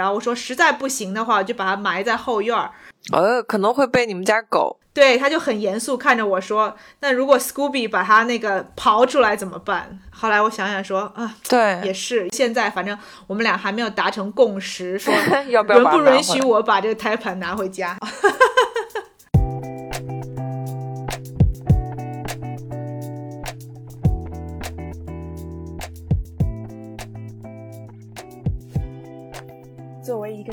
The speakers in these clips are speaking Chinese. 然后我说实在不行的话，我就把它埋在后院儿。呃，可能会被你们家狗。对，他就很严肃看着我说：“那如果 Scooby 把它那个刨出来怎么办？”后来我想想说：“啊，也对，是。现在反正我们俩还没有达成共识，说 要 不要允把它不拿允回许来？我把这个胎盘拿回家。 作为一个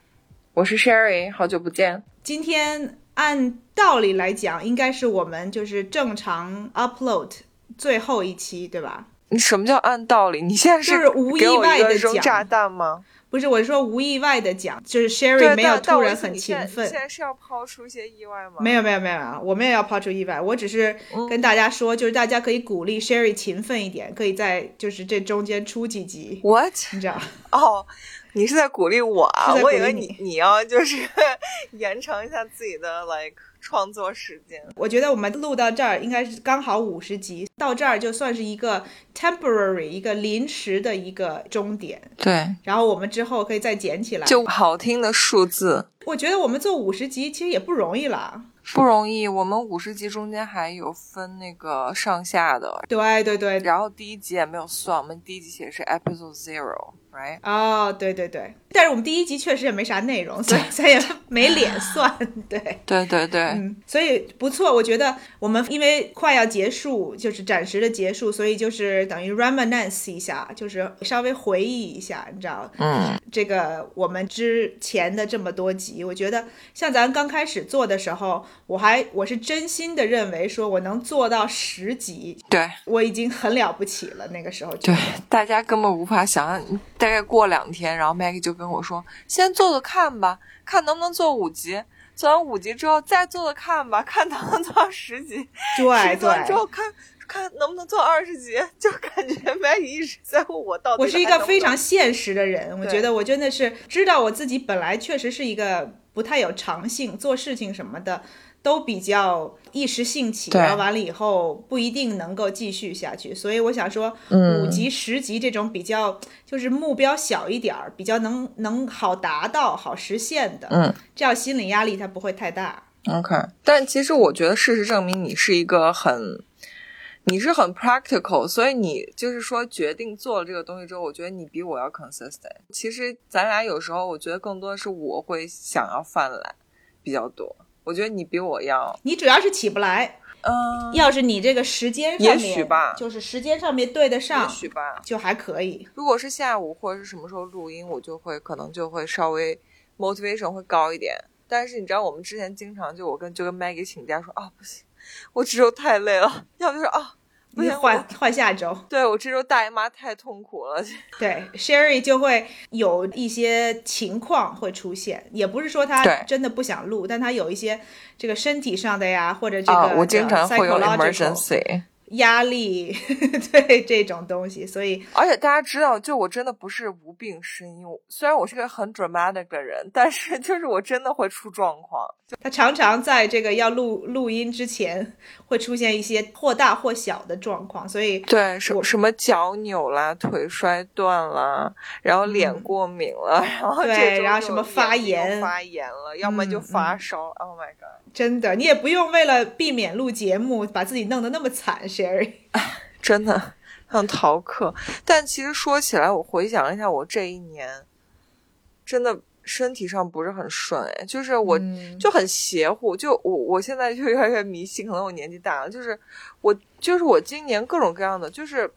我是 Sherry，好久不见。今天按道理来讲，应该是我们就是正常 upload 最后一期，对吧？你什么叫按道理？你现在就是无意给我外一个的扔炸讲，弹吗？不是我说无意外的讲，就是对， Sherry 没有但但突我然意思很你勤现在奋现，在是要抛出一些意外吗？没有没有没有，我没有要抛出意外，我只是嗯跟大家说，就是大家可以鼓励 Sherry 勤奋一点，可以在就是这中间出几集， ，what？你知道？ 哦，你是在鼓励我啊？是在我鼓以为励你 你要就是延长一下自己的 like 创作时间。我觉得我们录到这儿应该是刚好五十集，到这儿就算是一个 temporary 一个临时的一个终点，对，然后我们之后可以再捡起来。就好听的数字我觉得我们做五十集其实也不容易了。不容易。我们五十集中间还有分那个上下的，对对对，然后第一集也没有算，我们第一集写的是 episode zero，right？哦，对对对，但是我们第一集确实也没啥内容，所以所以也没脸 算，对。对对对，嗯，所以不错，我觉得我们因为快要结束，就是暂时的结束，所以就是等于 reminisce 一下，就是稍微回忆一下，你知道，嗯，这个我们之前的这么多集，我觉得像咱刚开始做的时候，我还我是真心的认为说我能做到十集，对我已经很了不起了。那个时候就对，大家根本无法想象。大概过两天，然后 Maggie 就跟我说：“先做做看吧，看能不能做五集。做完五集之后，再做做看吧，看能不能做到十集。 对十做完之对后，看看能不能做二十集。”就感觉 Maggie 一直在问我到底我是一还个能不非能常现实的人，我对觉得我真的是知道我自己本来确实是一个不太有长性，做事情什么的都比较一时兴起，对然后完了以后不一定能够继续下去，所以我想说，嗯五级、十级这种比较就是目标小一点儿，比较能能好达到、好实现的，嗯，这样心理压力它不会太大。 OK，但其实我觉得事实证明你是一个很，你是很 practical，所以你就是说决定做了这个东西之后，我觉得你比我要 consistent。其实咱俩有时候我觉得更多的是我会想要犯懒比较多，我觉得你比我要，你主要是起不来，嗯、要是你这个时间上面，也许吧就是时间上面对得也上，许吧。就还可以。如果是下午或者是什么时候录音，我就会可能就会稍微 motivation 会高一点。但是你知道，我们之前经常就我跟就跟 Maggie 请假说啊，不行，我这周太累了，要不就是啊。不你行，我换换下周。对我这周大姨妈太痛苦了，对，Sherry 就会有一些情况会出现，也不是说她对真的不想录，但她有一些这个身体上的呀，或者这个、啊，我经常这会有 psychological emergency。压力， 对这种东西，所以而且大家知道，就我真的不是无病呻吟，我虽然我是个很 dramatic 的人，但是就是我真的会出状况。她常常在这个要录录音之前会出现一些或大或小的状况，所以对，什我什么脚扭啦、腿摔断啦，然后脸过敏了，嗯然后对这周然后又什么眼发睛又炎发炎了，要么就嗯发烧。Oh my god！真的你也不用为了避免录节目把自己弄得那么惨，Sherry。真的像逃课。但其实说起来，我回想了一下，我这一年真的身体上不是很顺，哎，就是我嗯就很邪乎。就我我现在就越来越迷信，可能我年纪大了，就是我就是我今年各种各样的，就是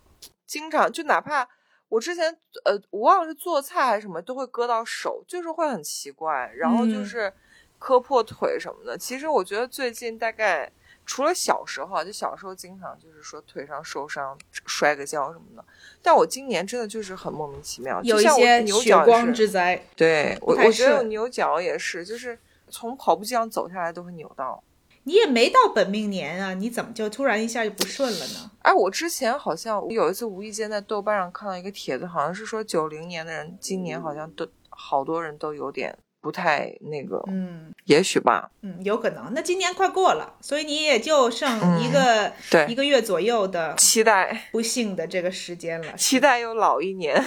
经常就哪怕。我之前呃，我忘了是做菜还是什么，都会割到手，就是会很奇怪，然后就嗯是磕破腿什么的。其实我觉得最近大概除了小时候啊，就小时候经常就是说腿上受伤、摔个跤什么的，但我今年真的就是很莫名其妙，就有一像我些牛血角也光是之灾。对我，不太我觉得顺有牛角也是，就是从跑步机上走下来都会扭到。你也没到本命年啊，你怎么就突然一下就不顺了呢？哎，我之前好像有一次无意间在豆瓣上看到一个帖子，好像是说九零年的人今年好像都好多人都有点不太那个，嗯也许吧。嗯，有可能。那今年快过了，所以你也就剩一个、一对，个月左右的期 待不幸的这个时间了。期待又老一年。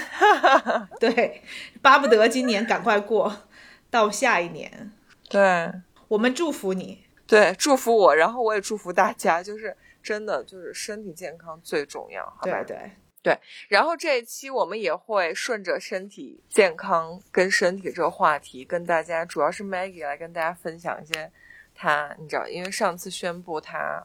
对，巴不得今年赶快过到下一年。对我们祝福你，对，祝福我，然后我也祝福大家，就是真的就是身体健康最重要，好吧？对对，然后这一期我们也会顺着身体健康跟身体这个话题，跟大家主要是 Maggie 来跟大家分享一些她，你知道，因为上次宣布她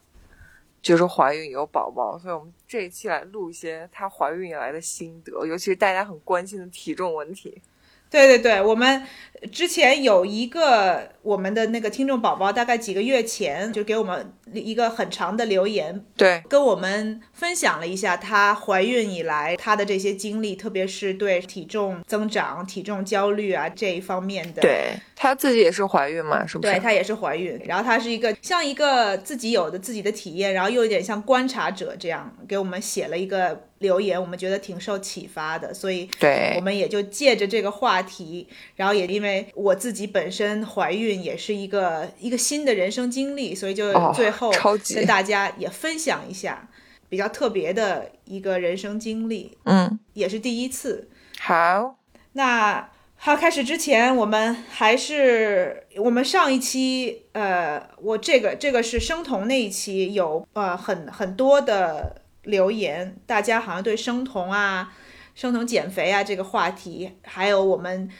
就是怀孕有宝宝，所以我们这一期来录一些她怀孕以来的心得，尤其是大家很关心的体重问题。对对对，我们之前有一个我们的那个听众宝宝，大概几个月前就给我们一个很长的留言，对跟我们分享了一下她怀孕以来她的这些经历，特别是对体重增长、体重焦虑啊这一方面的。对，她自己也是怀孕嘛，是不是？对，她也是怀孕，然后她是一个像一个自己有的自己的体验，然后又有点像观察者这样给我们写了一个留言，我们觉得挺受启发的，所以对我们也就借着这个话题，然后也因为我自己本身怀孕也是一个一个新的人生经历，所以就哦最后超级跟大家也分享一下比较特别的一个人生经历，嗯，也是第一次。好，那好，开始之前，我们还是我们上一期，呃，我这个这个是生酮那一期有呃很很多的留言，大家好像对生酮啊、生酮减肥啊这个话题，还有我们。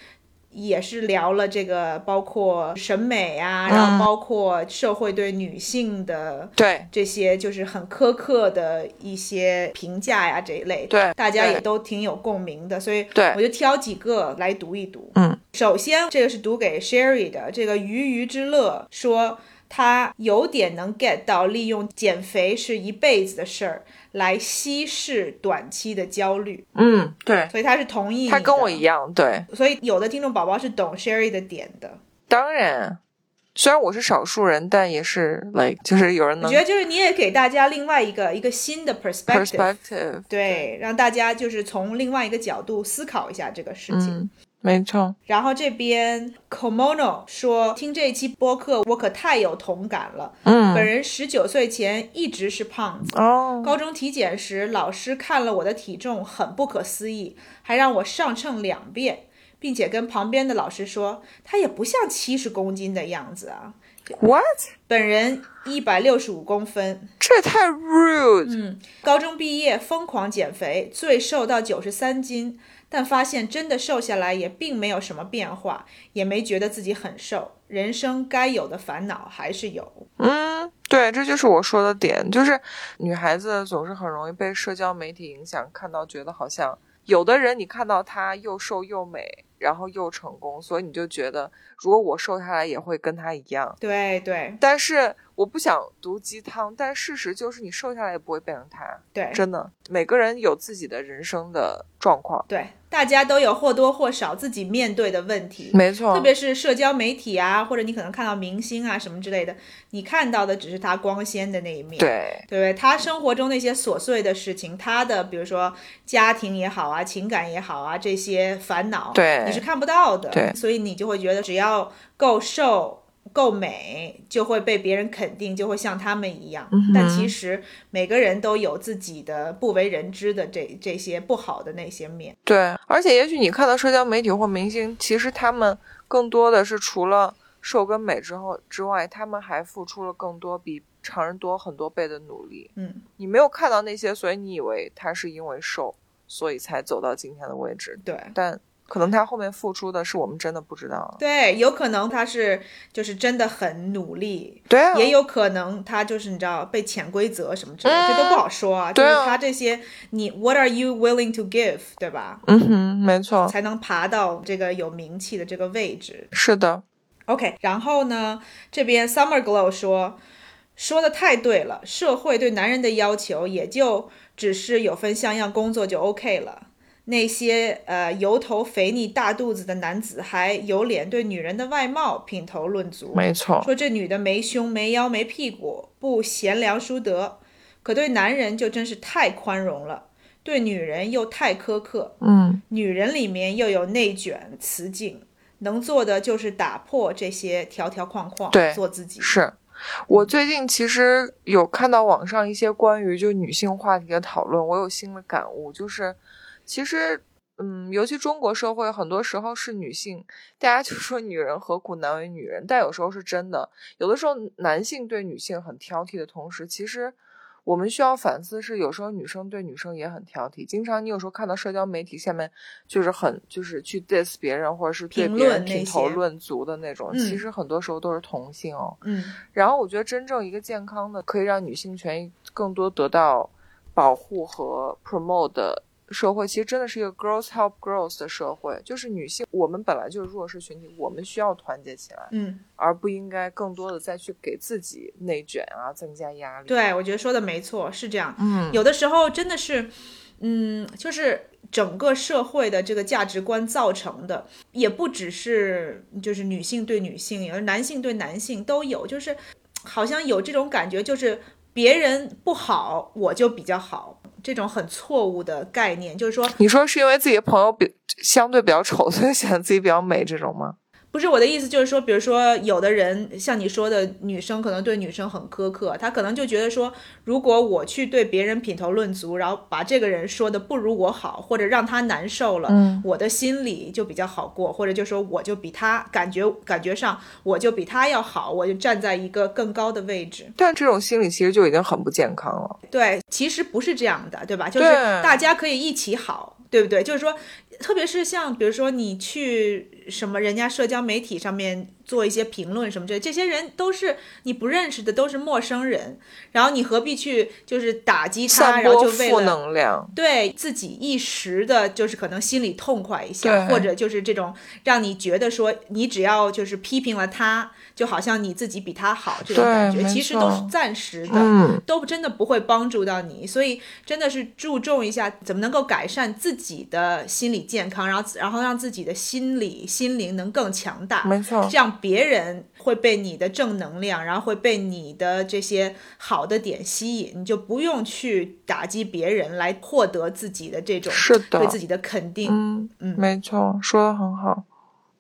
也是聊了这个，包括审美啊，然嗯后包括社会对女性的对这些就是很苛刻的一些评价呀这一类，对大家对也都挺有共鸣的，所以对我就挑几个来读一读。嗯，首先这个是读给 Sherry 的，这个鱼鱼之乐说。他有点能 get 到，利用减肥是一辈子的事儿来稀释短期的焦虑，嗯，对，所以他是同意。她跟我一，样，对，所以有的听众宝宝是懂 Sherry 的点的。当然。虽然我是少数人，但也是 like 就是有人我能觉得就是你也给大家另外一个一个新的 perspective，对，让大家就是从另外一个角度思考一下这个事情。嗯，没错，然后这边 Komono 说，听这一期播客我可太有同感了。本嗯，人十九岁前一直是胖子，哦，高中体检时老师看了我的体重，很不可思议，还让我上秤两遍，并且跟旁边的老师说，他也不像七十公斤的样子啊。 what？本人一百六十五公分，这也太 rude，、嗯，高中毕业疯狂减肥，最瘦到九十三斤，但发现真的瘦下来也并没有什么变化，也没觉得自己很瘦。人生该有的烦恼还是有。嗯，对，这就是我说的点，就是女孩子总是很容易被社交媒体影响，看到觉得好像有的人你看到她又瘦又美，然后又成功，所以你就觉得如果我瘦下来也会跟她一样，对对但是。我不想毒鸡汤，但事实就是你瘦下来也不会变成她，对真的。每个人有自己的人生的状况，对，大家都有或多或少自己面对的问题。没错，特别是社交媒体啊，或者你可能看到明星啊什么之类的，你看到的只是他光鲜的那一面。对，对不对？他生活中那些琐碎的事情，他的比如说家庭也好啊，情感也好啊，这些烦恼，对你是看不到的，对所以你就会觉得只要够瘦、够美，就会被别人肯定，就会像他们一样。嗯哼但其实每个人都有自己的不为人知的这这些不好的那些面，对，而且也许你看到社交媒体或明星，其实他们更多的是除了瘦跟美之后之外，他们还付出了更多比常人多很多倍的努力。嗯，你没有看到那些，所以你以为他是因为瘦，所以才走到今天的位置，对。但可能他后面付出的是我们真的不知道。对，有可能他是就是真的很努力，对啊，也有可能他就是你知道被潜规则什么之类的，这都不好说啊。就嗯对是啊他这些，你 What are you willing to give，对吧？嗯哼，没错，才能爬到这个有名气的这个位置。是的， OK，然后呢，这边 Summer Glow 说，说的太对了，社会对男人的要求也就只是有份像样工作就 OK 了。那些呃油头肥腻大肚子的男子还有脸对女人的外貌品头论足，没错，说这女的没胸没腰没屁股，不贤良淑德。可对男人就真是太宽容了，对女人又太苛刻。嗯，女人里面又有内卷、雌竞，能做的就是打破这些条条框框，对做自己。是。我最近其实有看到网上一些关于就女性话题的讨论，我有新的感悟，就是其实，嗯，尤其中国社会，很多时候是女性，大家就说女人何苦难为女人，但有时候是真的，有的时候男性对女性很挑剔的同时，其实我们需要反思是，有时候女生对女生也很挑剔。经常你有时候看到社交媒体下面就是很就是去 diss 别人，或者是对评别人论那品头些论足的那种，嗯其实很多时候都是同性哦。嗯，然后我觉得真正一个健康的，可以让女性权益更多得到保护和 promote 的社会，其实真的是一个 girls help girls 的社会。就是女性，我们本来就是弱势群体，我们需要团结起来，嗯，而不应该更多的再去给自己内卷啊，增加压力。，对，我觉得说的没错，是这样。嗯，有的时候真的是，嗯，就是整个社会的这个价值观造成的，也不只是就是女性对女性，有的男性对男性都有，就是好像有这种感觉，就是别人不好我就比较好，这种很错误的概念，就是说你说是因为自己的朋友比相对比较丑，所以显得自己比较美这种吗？不是我的意思，就是说，比如说，有的人像你说的，女生可能对女生很苛刻，她可能就觉得说，如果我去对别人品头论足，然后把这个人说的不如我好，或者让他难受了，嗯我的心里就比较好过，或者就说我就比他感觉感觉上我就比他要好，我就站在一个更高的位置。但这种心理其实就已经很不健康了。对，其实不是这样的，对吧？就是对大家可以一起好，对不对？就是说，特别是像比如说你去什么人家社交媒体上面做一些评论什么之类，这些人都是你不认识的，都是陌生人，然后你何必去就是打击他，散然后播就为负了能量，对自己一时的，就是可能心里痛快一下，对或者就是这种让你觉得说，你只要就是批评了他，就好像你自己比他好这种对感觉，没其实都是错暂时的，嗯都真的不会帮助到你。所以真的是注重一下怎么能够改善自己的心理健康，然后然后让自己的心理心灵能更强大。没错这。样别人会被你的正能量，然后会被你的这些好的点吸引，你就不用去打击别人来获得自己的这种是的对自己的肯定。嗯嗯没错，说的很好。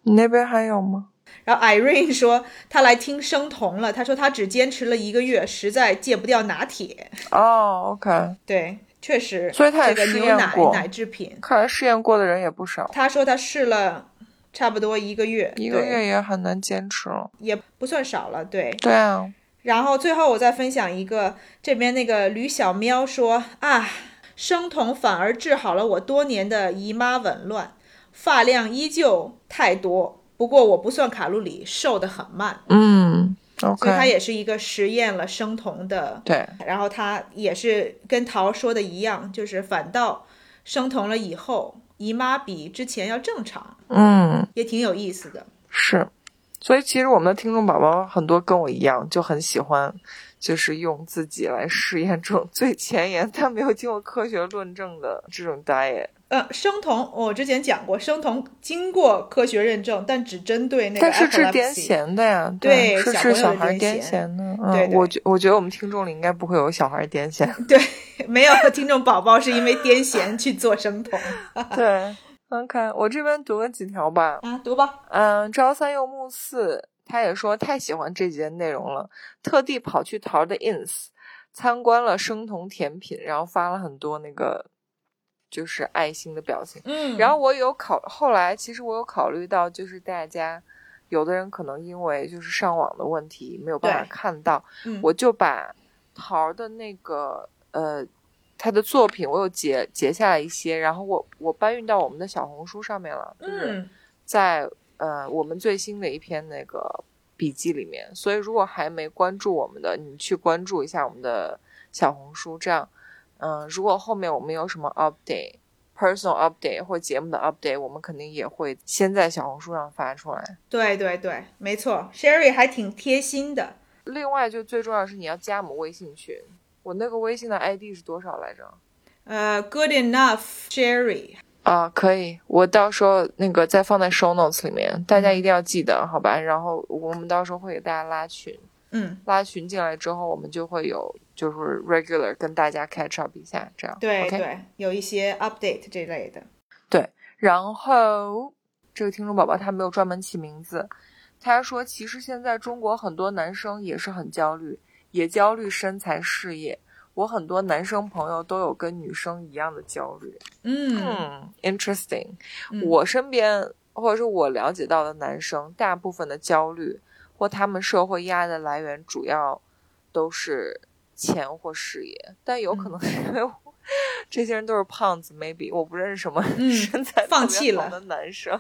你那边还有吗？然后 Irene 说她来听生酮了，她说她只坚持了一个月，实在戒不掉拿铁。哦、o k 对，确实，所以她也这个试牛验奶过奶制品，看来试验过的人也不少，她说她试了差不多一个月，一个对月也很难坚持了。也不算少了，对。对啊，然后最后我再分享一个，这边那个吕小喵说啊，生酮反而治好了我多年的姨妈紊乱，发量依旧太多，不过我不算卡路里，瘦得很慢，嗯所以他，OK，也是一个实验了生酮的，对，然后他也是跟桃说的一样，就是反倒生酮了以后，姨妈比之前要正常，嗯，也挺有意思的。是。所以其实我们的听众宝宝很多跟我一样，就很喜欢，就是用自己来试验这种最前沿但没有经过科学论证的这种 diet。呃，生酮我之前讲过，生酮经过科学认证，但只针对那个但是治 epilepsy 癫痫的呀，对是小朋治友小的孩癫癫痫痫的。嗯，对对我觉我觉得我们听众里应该不会有小孩癫痫。 没有听众宝宝是因为癫痫去做生酮对，OK，我这边读了几条吧。 啊，读吧。嗯，朝三又暮四，他也说太喜欢这节内容了，特地跑去桃儿的 ins 参观了生酮甜品，然后发了很多那个就是爱心的表情。嗯然后我有考，后来其实我有考虑到，就是大家有的人可能因为就是上网的问题没有办法对看到嗯，我就把桃儿的那个呃。他的作品，我有截截下来一些，然后我我搬运到我们的小红书上面了，就是嗯，在呃我们最新的一篇那个笔记里面。所以如果还没关注我们的，你去关注一下我们的小红书，这样，嗯、如果后面我们有什么 update。personal update 或节目的 update，我们肯定也会先在小红书上发出来。对对对，没错，Sherry 还挺贴心的。另外，就最重要的是你要加我们微信群，我那个微信的 ID 是多少来着？呃，Good enough Sherry，啊，可以，我到时候那个再放在 show notes 里面，大家一定要记得，好吧？然后我们到时候会给大家拉群，嗯，拉群进来之后，我们就会有就是 regular 跟大家 catch up 一下，这样对 o k 对，有一些 update 这类的。然后这个听众宝宝他没有专门起名字，他说其实现在中国很多男生也是很焦虑，也焦虑身材事业。我很多男生朋友都有跟女生一样的焦虑。嗯，嗯，interesting。嗯我身边或者是我了解到的男生，大部分的焦虑或他们社会压力的来源，主要都是钱或事业，但有嗯可能是因为我、这些人都是胖子，maybe 我不认识什么嗯身材特别放弃好了的男生。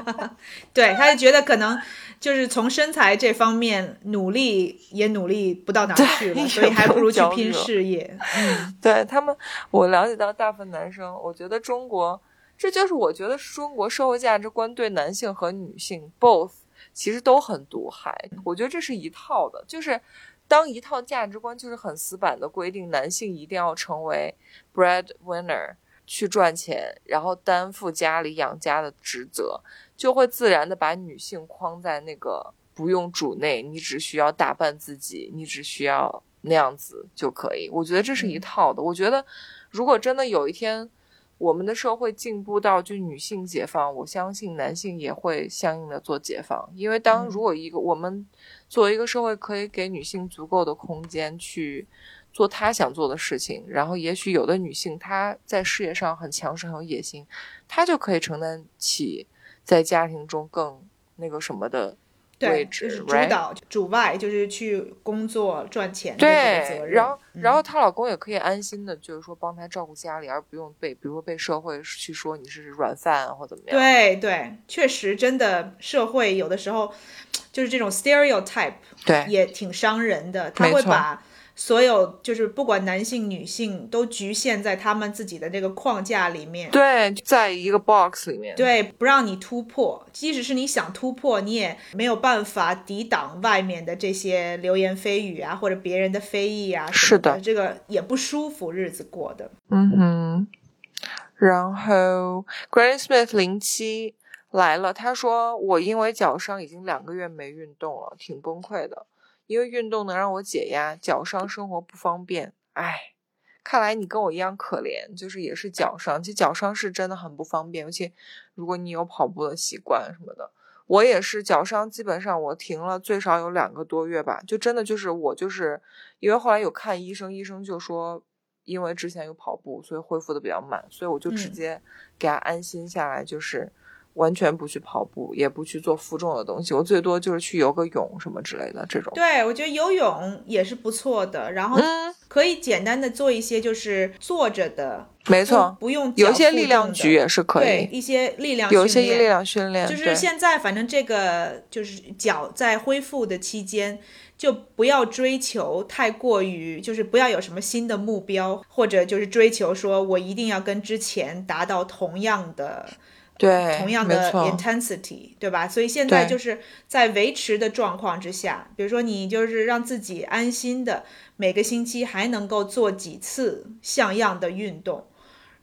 对，他就觉得可能就是从身材这方面努力也努力不到哪儿去了，对所以还不如去也拼不用事业。嗯，对他们，我了解到大部分男生，我觉得中国，这就是我觉得中国社会价值观对男性和女性 both 其实都很毒害。我觉得这是一套的，就是当一套价值观就是很死板的规定，男性一定要成为 breadwinner 去赚钱，然后担负家里养家的职责，就会自然的把女性框在那个不用主内，你只需要打扮自己，你只需要那样子就可以。我觉得这是一套的。我觉得如果真的有一天我们的社会进步到就女性解放，我相信男性也会相应的做解放，因为当嗯如果一个、我们作为一个社会可以给女性足够的空间去。做她想做的事情，然后也许有的女性她在事业上很强势、很有野心，她就可以承担起在家庭中更那个什么的位对，置就是主 right？导、主外，就是去工作赚钱这种责对，任。然后嗯然后她老公也可以安心的，就是说帮她照顾家里，而不用被，比如说被社会去说你是软饭啊或怎么样。对对，确实真的社会有的时候就是这种 stereotype 对也挺伤人的，他没会错把所有就是不管男性女性都局限在他们自己的这个框架里面。对，就在一个 box 里面。对，不让你突破，即使是你想突破，你也没有办法抵挡外面的这些流言蜚语啊，或者别人的非议啊什么。是的的，这个也不舒服，日子过的。嗯哼，然后 Granny Smith 零七来了，他说我因为脚伤已经两个月没运动了，挺崩溃的，因为运动能让我解压，脚伤生活不方便，唉。看来你跟我一样可怜，就是也是脚伤。其实脚伤是真的很不方便，尤其如果你有跑步的习惯什么的。我也是脚伤，基本上我停了最少有两个多月吧，就真的就是我就是因为后来有看医生，医生就说因为之前有跑步，所以恢复的比较慢，所以我就直嗯接给他安心下来，就是完全不去跑步，也不去做负重的东西，我最多就是去游个泳什么之类的这种。对，我觉得游泳也是不错的，然后嗯，可以简单的做一些就是坐着的，没不错，不用有一嗯脚些负力重量的举也是可对以，一些力量有一些训力练。量训练，就是对现在，反正这个就是脚在恢复的期间，就不要追求太过于，就是不要有什么新的目标，或者就是追求说我一定要跟之前达到同样的对，同样哎没的错， intensity，对吧？所以现在对就是在维持的状况之下，比如说你就是让自己安心的每个星期还能够做几次像样的运动，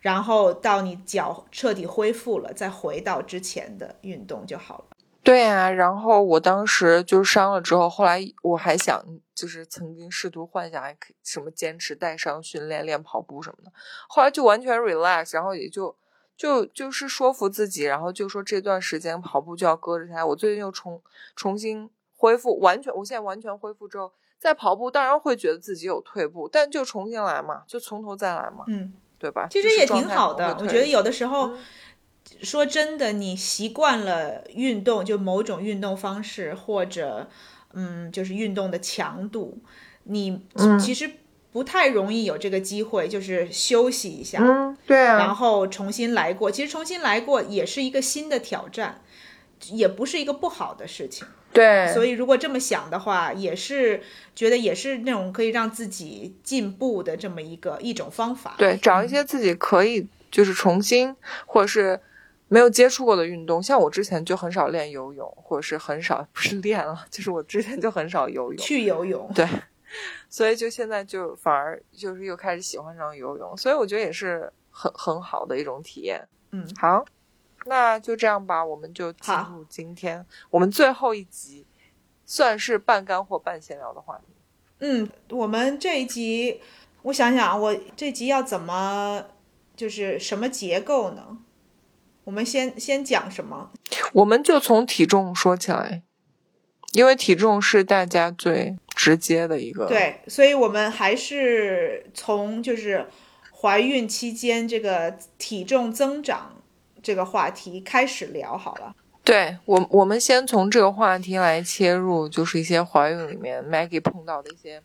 然后到你脚彻底恢复了，再回到之前的运动就好了。对啊，然后我当时就伤了之后，后来我还想，就是曾经试图幻想还可以什么坚持带伤训练、练跑步什么的，后来就完全 relax，然后也就就就是说服自己，然后就说这段时间跑步就要搁着它。我最近又重重新恢复，完全，我现在完全恢复之后再跑步，当然会觉得自己有退步，但就重新来嘛，就从头再来嘛，嗯，对吧？其就实是也状挺态好不会的，我退觉得步有的时候嗯。说真的，你习惯了运动，就某种运动方式，或者嗯，就是运动的强度，你嗯其实不太容易有这个机会，就是休息一下，嗯，对然啊，后重新来过。其实重新来过也是一个新的挑战，也不是一个不好的事情。对，所以如果这么想的话，也是觉得也是那种可以让自己进步的这么一个一种方法。对，找一些自己可以就是重新或者是没有接触过的运动，像我之前就很少练游泳，或者是很少不是练了，就是我之前就很少游泳，去游泳，对，所以就现在就反而就是又开始喜欢上游泳，所以我觉得也是很很好的一种体验。嗯，好，那就这样吧，我们就进好入今天我们最后一集，算是半干货半闲聊的话题。嗯，我们这一集，我想想啊，我这集要怎么，就是什么结构呢？我们先先讲什么？我们就从体重说起来，因为体重是大家最直接的一个。，对，所以我们还是从就是怀孕期间这个体重增长这个话题开始聊好了。对我我们先从这个话题来切入，就是一些怀孕里面 Maggie 碰到的一些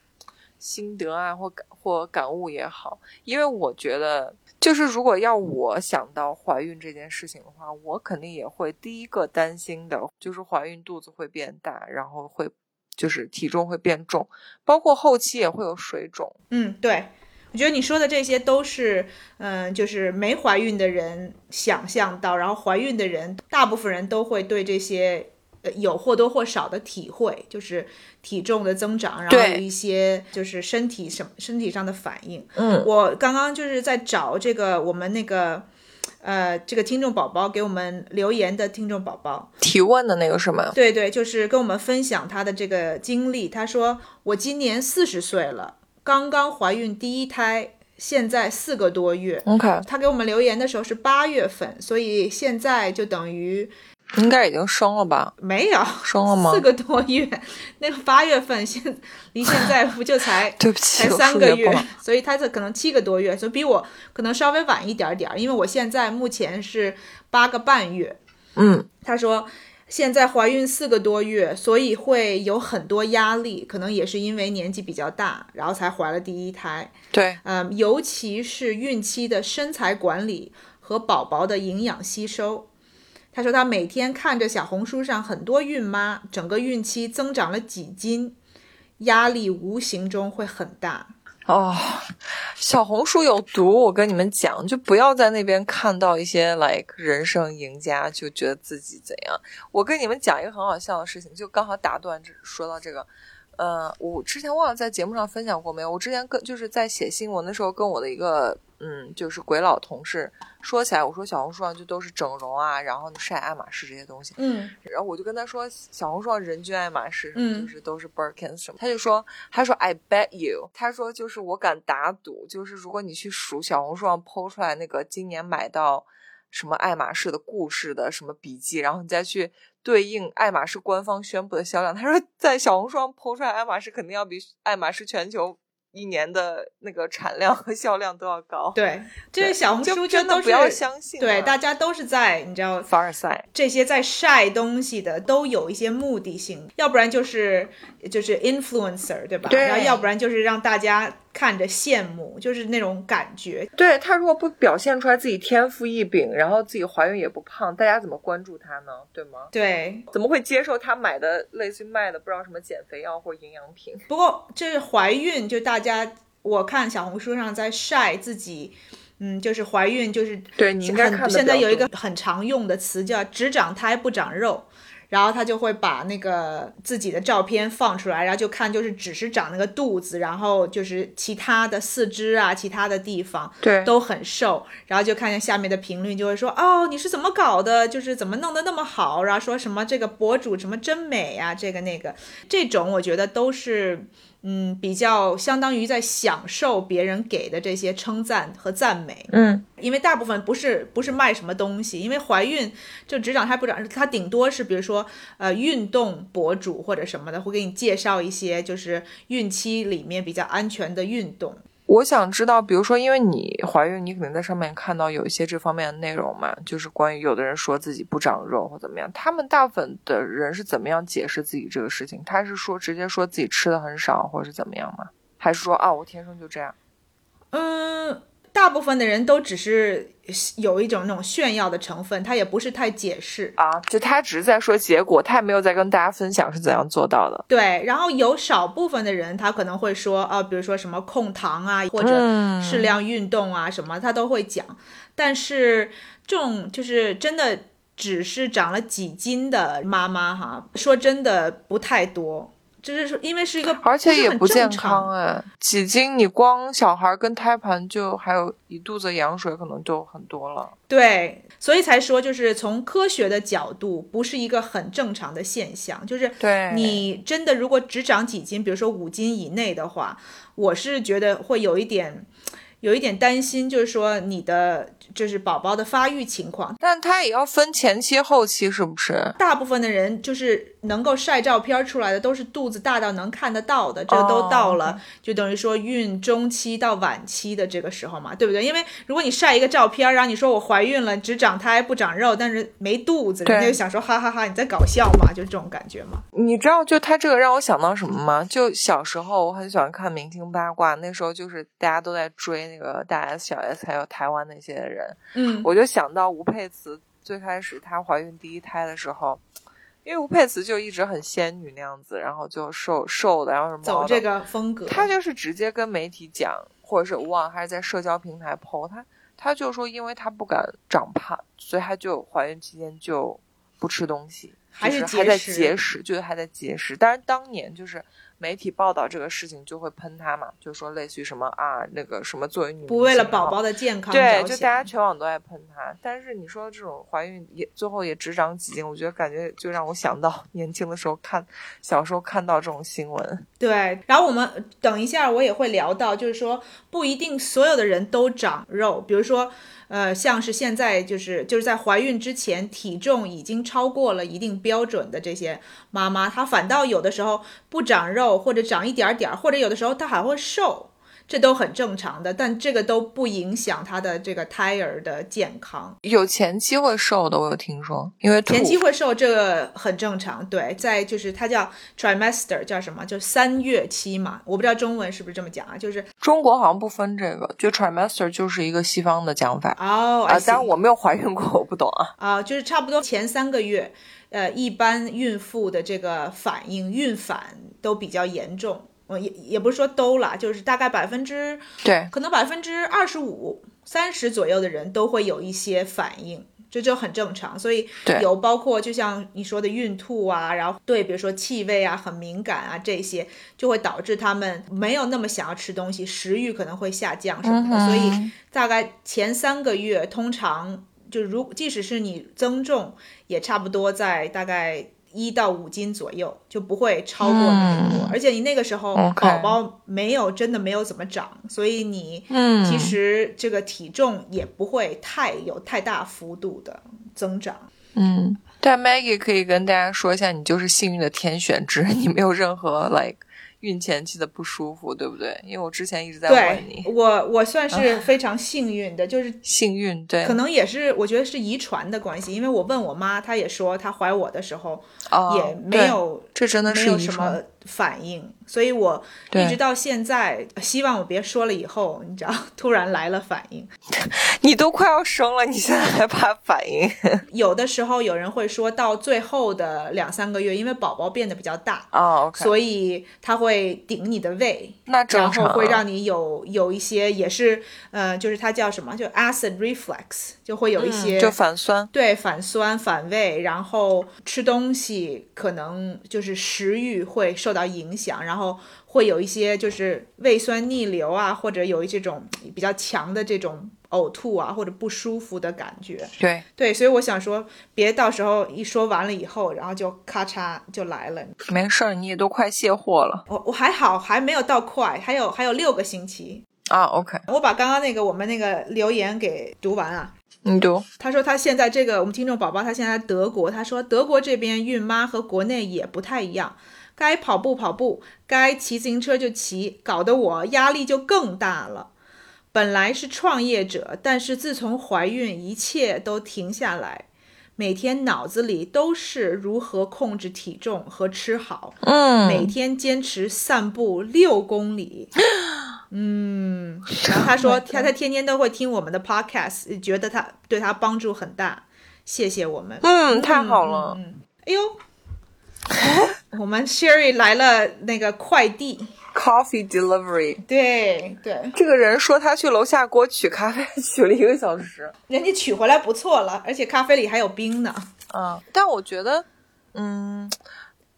心得啊，或感或感悟也好。因为我觉得，就是如果要我想到怀孕这件事情的话，我肯定也会第一个担心的就是怀孕肚子会变大，然后会就是体重会变重，包括后期也会有水肿。嗯，对，我觉得你说的这些都是，嗯，就是没怀孕的人想象到，然后怀孕的人，大部分人都会对这些呃有或多或少的体会，就是体重的增长，然后对有一些就是身体什身体上的反应。嗯，我刚刚就是在找这个我们那个。呃，这个听众宝宝给我们留言的听众宝宝，提问的那个是 吗？对对，就是跟我们分享她的这个经历。她说：“我今年四十岁了，刚刚怀孕第一胎，现在四个多月。 OK，” 她给我们留言的时候是八月份，所以现在就等于应该已经生了吧？没有生了哦吗四？个多月。那个八月份现离现在不就 才对不起，才我三数个学不月好。，所以他这可能七个多月，所以比我可能稍微晚一点点儿，因为我现在目前是八个半月。嗯，她说现在怀孕四个多月，所以会有很多压力，可能也是因为年纪比较大，然后才怀了第一胎。对，嗯，尤其是孕期的身材管理和宝宝的营养吸收。她说她每天看着小红书上很多孕妈，整个孕期增长了几斤，压力无形中会很大。哦，小红书有毒，我跟你们讲，就不要在那边看到一些 like 人生赢家，就觉得自己怎样。我跟你们讲一个很好笑的事情，就刚好打断这说到这个，呃，我之前忘了在节目上分享过没有。我之前跟就是在写新闻的时候，跟我的一个嗯，就是鬼佬同事说起来，我说小红书上就都是整容啊，然后晒爱马仕这些东西，嗯然后我就跟他说，小红书上人均爱马仕什么，嗯就是都是 Birkins 什么。他就说，他说 I bet you，他说就是我敢打赌，就是如果你去数小红书上剖出来那个今年买到什么爱马仕的故事的什么笔记，然后你再去对应爱马仕官方宣布的销量，他说在小红书上剖出来爱马仕肯定要比爱马仕全球一年的那个产量和销量都要高。，对，这对小红书就就真的都不要是相信啊、对，大家都是在你知道凡尔赛。这些在晒东西的都有一些目的性，要不然就是就是 influencer，对吧？对然后要不然就是让大家看着羡慕，就是那种感觉。对他如果不表现出来自己天赋异禀，然后自己怀孕也不胖，大家怎么关注他呢？对吗？对，怎么会接受他买的类似于卖的不知道什么减肥药或营养品？不过这是怀孕，就大家我看小红书上在晒自己，嗯，就是怀孕，就是对你应该很看得现在比较有一个多很常用的词叫“只长胎不长肉”，然后他就会把那个自己的照片放出来，然后就看就是只是长那个肚子，然后就是其他的四肢啊，其他的地方对都很瘦，然后就看见下面的评论就会说哦你是怎么搞的，就是怎么弄得那么好，然后说什么这个博主什么真美啊，这个那个这种我觉得都是。嗯，比较相当于在享受别人给的这些称赞和赞美，嗯，因为大部分不是不是卖什么东西，因为怀孕就只长胎不长，它顶多是比如说呃运动博主或者什么的会给你介绍一些就是孕期里面比较安全的运动。我想知道，比如说，因为你怀孕，你肯定在上面看到有一些这方面的内容嘛，就是关于有的人说自己不长肉或怎么样，他们大部分的人是怎么样解释自己这个事情？他是说直接说自己吃的很少，或者是怎么样吗？还是说啊，我天生就这样？嗯，大部分的人都只是有一种那种炫耀的成分，他也不是太解释。啊，就他只是在说结果，他也没有在跟大家分享是怎样做到的。对，然后有少部分的人，他可能会说啊，比如说什么控糖啊，或者嗯适量运动啊，什么他都会讲。但是这种就是真的只是长了几斤的妈妈哈，说真的不太多，就是说因为是一个而且是也很不健正常康哎，几斤你光小孩跟胎盘就还有一肚子羊水，可能就很多了。对，所以才说就是从科学的角度，不是一个很正常的现象。就是对你真的如果只长几斤，比如说五斤以内的话，我是觉得会有一点，有一点担心，就是说你的就是宝宝的发育情况。但他也要分前期后期，是不是？大部分的人就是能够晒照片出来的，都是肚子大到能看得到的，这个都到哦了就等于说孕中期到晚期的这个时候嘛，对不对？因为如果你晒一个照片儿，然后你说我怀孕了，只长胎不长肉，但是没肚子，对人家就想说哈哈哈，你在搞笑嘛，就这种感觉嘛。你知道，就他这个让我想到什么吗？就小时候我很喜欢看明星八卦，那时候就是大家都在追那个大 S、小 S，还有台湾那些人，嗯，我就想到吴佩慈最开始她怀孕第一胎的时候，因为吴佩慈就一直很仙女那样子，然后就瘦瘦的，然后是走 model 这个风格，他就是直接跟媒体讲，或者是我忘了还是在社交平台 PO 他，他就说因为他不敢长胖，所以他就怀孕期间就不吃东西，还是就是还在节食节食，就是还在节食。但是当年就是媒体报道这个事情就会喷他嘛，就说类似于什么啊那个什么作为女不为了明星宝然后宝的健康对，着就想大家全网都爱喷她。但是你说这种怀孕也最后也只长几斤，我觉得感觉就让我想到年轻的时候看，小时候看到这种新闻。对，然后我们等一下，我也会聊到，就是说不一定所有的人都长肉，比如说，呃，像是现在就是就是在怀孕之前体重已经超过了一定标准的这些妈妈，她反倒有的时候不长肉，或者长一点儿点儿，或者有的时候她还会瘦，这都很正常的，但这个都不影响她的这个胎儿的健康。有前期会瘦的，我有听说，因为前吐期会瘦，这个很正常。对，在就是它叫 trimester，叫什么？就三月期嘛。我不知道中文是不是这么讲啊？就是中国好像不分这个，就 trimester 就是一个西方的讲法哦，啊 I。see 当然我没有怀孕过，我不懂啊。啊、就是差不多前三个月，呃，一般孕妇的这个反应孕反都比较严重。嗯，也也不是说都啦，就是大概百分之对，可能百分之二十五、三十左右的人都会有一些反应，这就很正常。所以对有包括就像你说的孕吐啊，然后对比如说气味啊很敏感啊这些，就会导致他们没有那么想要吃东西，食欲可能会下降什么的。嗯哼所以大概前三个月，通常就如即使是你增重，也差不多在大概。一到五斤左右就不会超过那么多，嗯而且你那个时候 OK 宝宝没有真的没有怎么长，所以你嗯其实这个体重也不会太有太大幅度的增长。嗯。 但 Maggie 可以跟大家说一下，你就是幸运的天选之，你没有任何 like 孕前期的不舒服，对不对？因为我之前一直在对问你，啊我，我算是非常幸运的，就是幸运对可能也是我觉得是遗传的关系，因为我问我妈，她也说她怀我的时候哦也没对有这真的没是有遗什传么反应，所以我对一直到现在，希望我别说了以后，你知道 突然来了反应。你都快要生了，你现在还怕反应有的时候有人会说到最后的两三个月，因为宝宝变得比较大，哦，OK，所以它会顶你的胃，那然正常后啊会让你有有一些也是呃，就是它叫什么，就 acid reflux，就会有一些、嗯就反酸，对反酸、反胃，然后吃东西可能就是食欲会受到影响，然后会有一些就是胃酸逆流啊，或者有一这种比较强的这种呕吐啊，或者不舒服的感觉。对，对，所以我想说，别到时候一说完了以后，然后就咔嚓就来了。没事儿，你也都快卸货了我我还好，还没有到快，还有还有六个星期。啊，OK，我把刚刚那个我们那个留言给读完啊。你读，他说他现在这个我们听众宝宝，他现在在德国，他说德国这边孕妈和国内也不太一样，该跑步跑步，该骑自行车就骑，搞得我压力就更大了。本来是创业者，但是自从怀孕，一切都停下来。每天脑子里都是如何控制体重和吃好，每嗯，天坚持散步六公里。嗯，然后他说他他天天都会听我们的 podcast，觉得他对他帮助很大，谢谢我们。嗯，太好了，嗯，嗯哎呦，我们 Sherry 来了那个快递， Coffee delivery。对对，这个人说他去楼下给我取咖啡，取了一个小时。人家取回来不错了，而且咖啡里还有冰呢。嗯，但我觉得，嗯，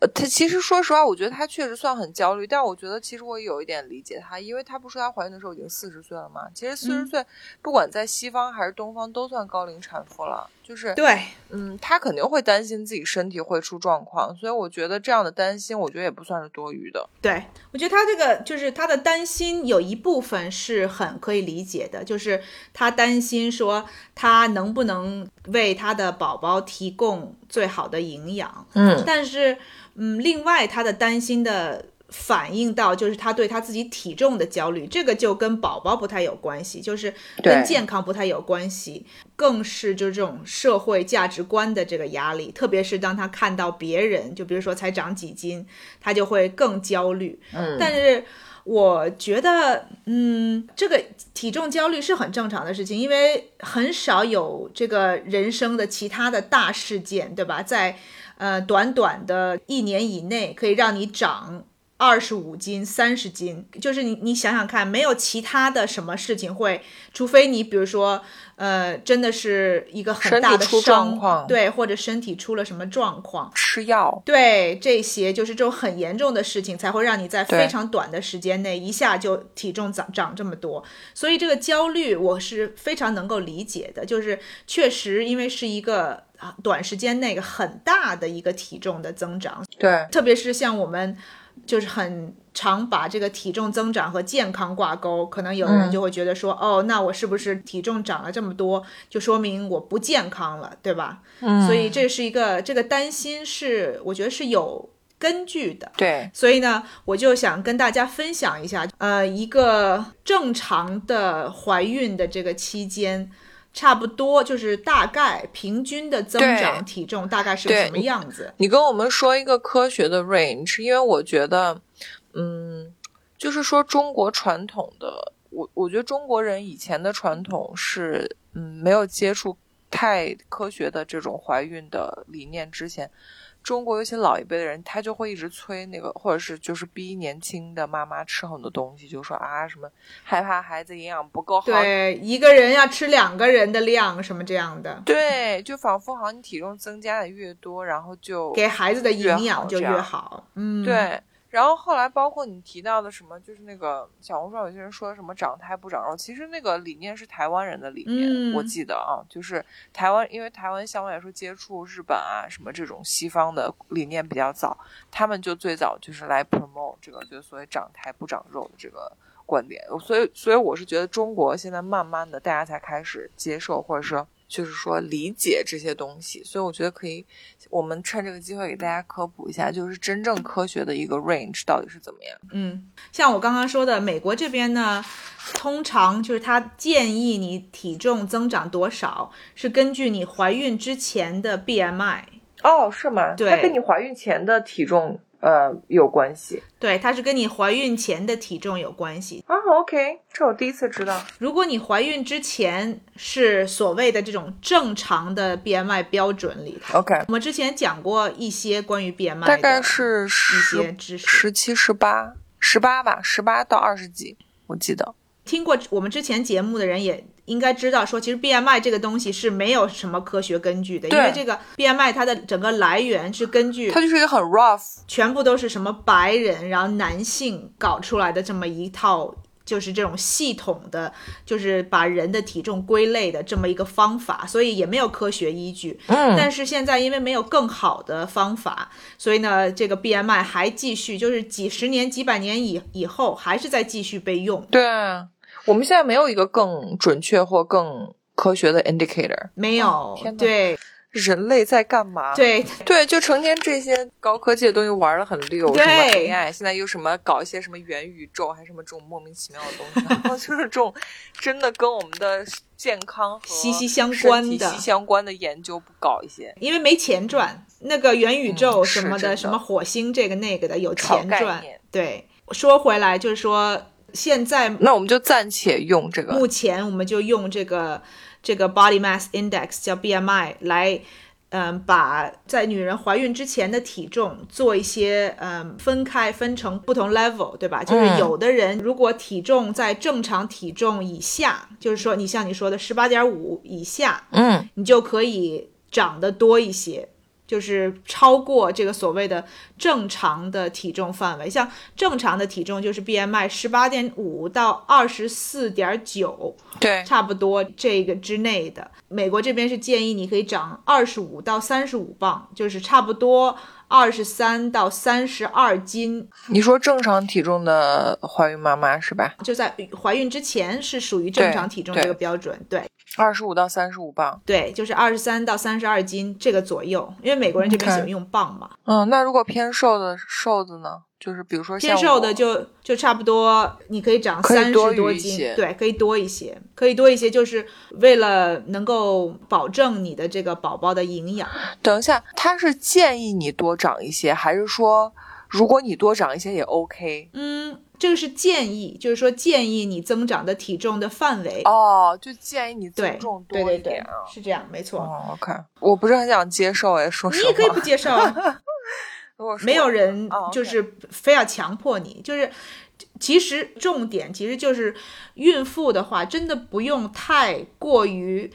呃他其实说实话，我觉得他确实算很焦虑。但我觉得其实我有一点理解他，因为他不是她怀孕的时候已经四十岁了嘛。其实四十嗯岁，不管在西方还是东方，都算高龄产妇了。就是，对，嗯，她肯定会担心自己身体会出状况，所以我觉得这样的担心，我觉得也不算是多余的。对，我觉得他这个就是他的担心，有一部分是很可以理解的，就是他担心说他能不能为他的宝宝提供最好的营养，嗯但是嗯，另外他的担心的反映到就是他对他自己体重的焦虑，这个就跟宝宝不太有关系，就是跟对健康不太有关系，更是就是这种社会价值观的这个压力，特别是当他看到别人，就比如说才长几斤，他就会更焦虑。嗯，但是我觉得，嗯，这个体重焦虑是很正常的事情，因为很少有这个人生的其他的大事件，对吧？在呃短短的一年以内，可以让你长。二十五斤、三十斤，就是你，你想想看，没有其他的什么事情会，除非你比如说，呃，真的是一个很身体大的出伤状况对，或者身体出了什么状况，吃药，对这些就是这种很严重的事情，才会让你在对非常短的时间内一下就体重长长这么多。所以这个焦虑我是非常能够理解的，就是确实因为是一个啊短时间内很大的一个体重的增长，对，特别是像我们就是很常把这个体重增长和健康挂钩，可能有的人嗯就会觉得说，哦，那我是不是体重长了这么多，就说明我不健康了，对吧？嗯所以这是一个这个担心是我觉得是有根据的。对，所以呢，我就想跟大家分享一下，呃，一个正常的怀孕的这个期间，差不多就是大概平均的增长对体重大概是个对什么样子？你跟我们说一个科学的 range，因为我觉得，嗯，就是说中国传统的，我我觉得中国人以前的传统是，嗯，没有接触太科学的这种怀孕的理念之前，中国有些老一辈的人，他就会一直催那个，或者是就是逼年轻的妈妈吃很多东西，就说啊什么害怕孩子营养不够好，对，一个人要吃两个人的量，什么这样的，对，就仿佛好像你体重增加的越多，然后就给孩子的越营养好就这越样好。嗯，，对，然后后来包括你提到的什么，就是那个小红书上有些人说什么长胎不长肉，其实那个理念是台湾人的理念，我嗯记得啊，就是台湾，因为台湾相对来说接触日本啊什么这种西方的理念比较早，他们就最早就是来 promote 这个，就是所谓长胎不长肉的这个。观点，所以所以我是觉得中国现在慢慢的大家才开始接受，或者说就是说理解这些东西，所以我觉得可以，我们趁这个机会给大家科普一下，就是真正科学的一个 range 到底是怎么样。嗯，像我刚刚说的，美国这边呢，通常就是他建议你体重增长多少，是根据你怀孕之前的 BMI。哦，是吗？对它跟你怀孕前的体重呃有关系对，它是跟你怀孕前的体重有关系。啊、o k 这我第一次知道。如果你怀孕之前是所谓的这种正常的 BMI 标准里头， OK，我们之前讲过一些关于 BMI 大概的是一些十知识，十七、十八、十八吧，十八到二十几，我记得。听过我们之前节目的人也应该知道，说其实 BMI 这个东西是没有什么科学根据的，因对为这个 BMI 它的整个来源是根据它就是一个很 rough，全部都是什么白人，然后男性搞出来的这么一套。就是这种系统的，就是把人的体重归类的这么一个方法，所以也没有科学依据。嗯，但是现在因为没有更好的方法，所以呢，这个 BMI 还继续，就是几十年、几百年以以后，还是在继续被用。对，啊我们现在没有一个更准确或更科学的 indicator。没有，哦天哪对，人类在干嘛？对对，就成天这些高科技的东西玩的很溜，对什么 AI，现在又什么搞一些什么元宇宙，还是什么这种莫名其妙的东 西，然后就是这种真的跟我们的健康和息息相关的身体息息相关的研究不搞一些，因为没钱赚。那个元宇宙嗯什么是真的，的什么火星这个那个的，有炒钱概赚念。对，说回来就是说，现在那我们就暂且用这个目前我们就用这个这个 body mass index 叫 BMI 来，嗯，把在女人怀孕之前的体重做一些嗯分开分成不同 level，对吧？就是嗯有的人如果体重在正常体重以下，就是说你像你说的十八点五以下，嗯你就可以长得多一些，就是超过这个所谓的正常的体重范围。像正常的体重就是 BMI 十八点五到二十四点九，对差不多这个之内的。美国这边是建议你可以长二十五到三十五磅，就是差不多二十三到三十二斤你说正常体重的怀孕妈妈是吧？就在怀孕之前是属于正常体重对这个标准，对二十五到三十五磅，对，就是二十三到三十二斤这个左右，因为美国人这边 OK 喜欢用磅嘛。嗯，那如果偏瘦的瘦子呢？就是比如说像偏瘦我的就就差不多，你可以长可以三十多余多一斤些，对，可以多一些，可以多一些，就是为了能够保证你的这个宝宝的营养。等一下，他是建议你多长一些，还是说如果你多长一些也 OK？嗯，这个是建议，就是说建议你增长的体重的范围。哦，就建议你对增重，多对对一对点啊，。是这样，没错。哦，OK，我不是很想接受哎，说你实也可以话，不接受啊，如果说没有人哦，OK 就是非要强迫你，就是其实重点其实就是孕妇的话，真的不用太过于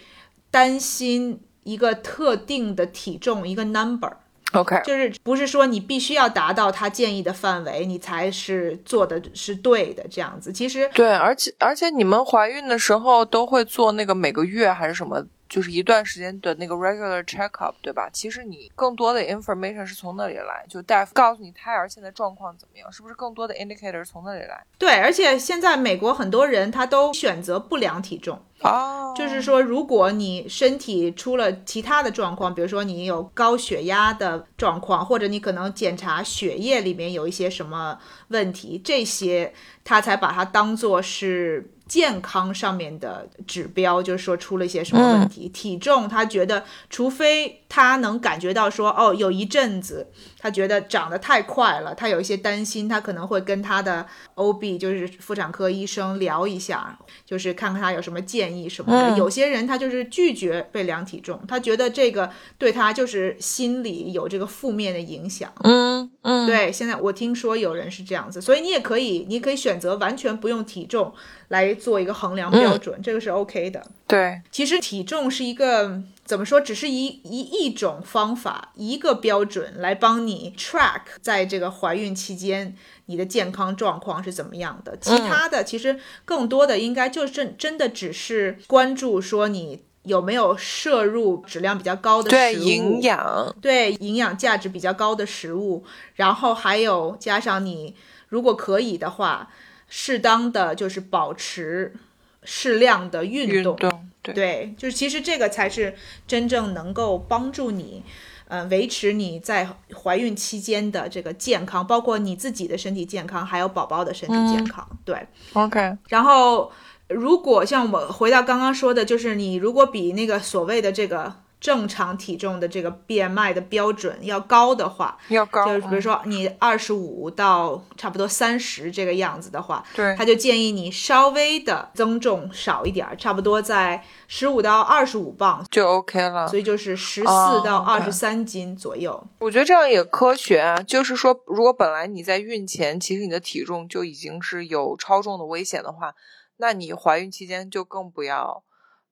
担心一个特定的体重一个 number， OK，就是不是说你必须要达到他建议的范围，你才是做的是对的这样子。其实对，而且而且你们怀孕的时候都会做那个每个月还是什么，就是一段时间的那个 regular checkup，对吧？其实你更多的 information 是从那里来，就大夫告诉你胎儿现在状况怎么样，是不是更多的 indicator 从那里来？对，而且现在美国很多人他都选择不良体重。哦，就是说，如果你身体出了其他的状况，比如说你有高血压的状况，或者你可能检查血液里面有一些什么问题，这些他才把它当做是健康上面的指标，就是说出了一些什么问题。体重他觉得，除非他能感觉到说，哦，有一阵子他觉得长得太快了，他有一些担心，他可能会跟他的 OB 就是妇产科医生聊一下，就是看看他有什么建议什么的。嗯有些人他就是拒绝被量体重，他觉得这个对他就是心理有这个负面的影响。嗯嗯，对，现在我听说有人是这样子，所以你也可以，你可以选择完全不用体重来做一个衡嗯量标准，这个是 OK 的。对，其实体重是一个怎么说，只是一一一种方法，一个标准来帮你 track 在这个怀孕期间你的健康状况是怎么样嗯的。其他的其实更多的应该就是真的只是关注说你有没有摄入质量比较高的对食物营养，对营养价值比较高的食物，然后还有加上你如果可以的话，适当的就是保持适量的运动，对，对，就是其实这个才是真正能够帮助你，呃，维持你在怀孕期间的这个健康，包括你自己的身体健康，还有宝宝的身体健康。对， OK，然后如果像我回到刚刚说的，就是你如果比那个所谓的这个正常体重的这个 BMI 的标准要高的话，要高，嗯就是比如说你二十五到差不多三十这个样子的话，对他就建议你稍微的增重少一点儿，差不多在十五到二十五磅，就 OK 了所。以就是十哦四到二对十三斤左右。我觉得这样也科学啊，就是说，如果本来你在孕前其实你的体重就已经是有超重的危险的话，那你怀孕期间就更不要。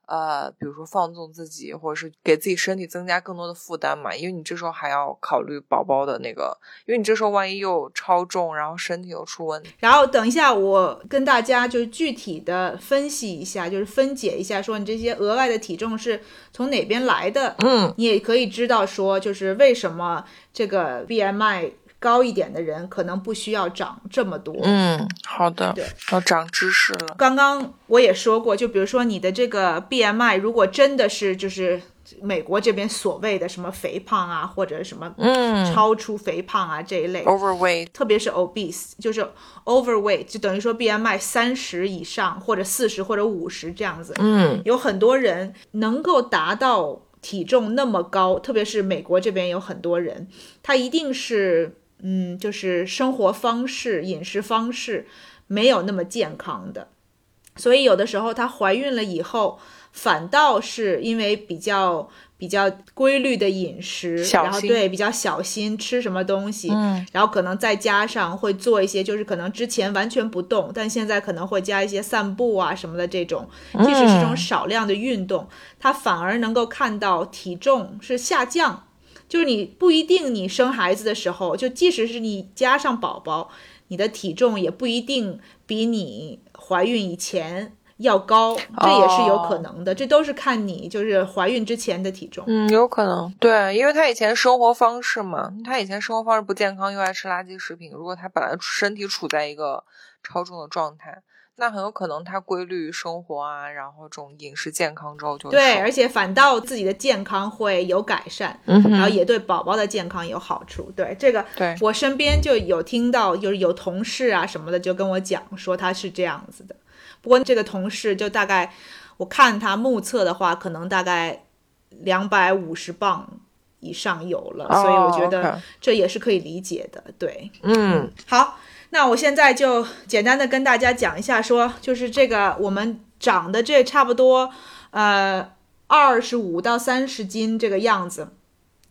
呃，比如说放纵自己，或者是给自己身体增加更多的负担嘛，因为你这时候还要考虑宝宝的那个，因为你这时候万一又超重，然后身体又出问题，然后等一下，我跟大家就是具体的分析一下，就是分解一下，说你这些额外的体重是从哪边来的。嗯，你也可以知道说，就是为什么这个 BMI 高一点的人可能不需要长这么多。嗯，好的对，要长知识了。刚刚我也说过，就比如说你的这个 BMI，如果真的是就是美国这边所谓的什么肥胖啊，或者什么嗯哦超出肥胖啊这一类， ，overweight，特别是 obese，就是 overweight，就等于说 BMI 三十以上或者四十或者五十这样子，嗯有很多人能够达到体重那么高，特别是美国这边有很多人，他一定是嗯，就是生活方式、饮食方式没有那么健康的，所以有的时候她怀孕了以后，反倒是因为比较。比较规律的饮食，小然后心对比较小心吃什么东西，嗯然后可能再加上会做一些，就是可能之前完全不动，但现在可能会加一些散步啊什么的这种，即使是这嗯种少量的运动，它反而能够看到体重是下降。就是你不一定你生孩子的时候，就即使是你加上宝宝，你的体重也不一定比你怀孕以前要高，这也是有可能的。这都是看你就是怀孕之前的体重。哦嗯，有可能，对，因为他以前生活方式嘛，他以前生活方式不健康，又爱吃垃圾食品。如果他本来身体处在一个超重的状态，那很有可能他规律生活啊，然后这种饮食健康之后就会对，瘦而且反倒自己的健康会有改善。嗯然后哼，也对宝宝的健康有好处。对这个，对，我身边就有听到，就是有同事啊什么的就跟我讲说他是这样子的。不过这个同事就大概，我看他目测的话，可能大概两百五十磅以上有了，所以我觉哦得，OK 这也是可以理解的。对，嗯好，那我现在就简单的跟大家讲一下说，就是这个我们长的这差不多，呃，二十五到三十斤这个样子，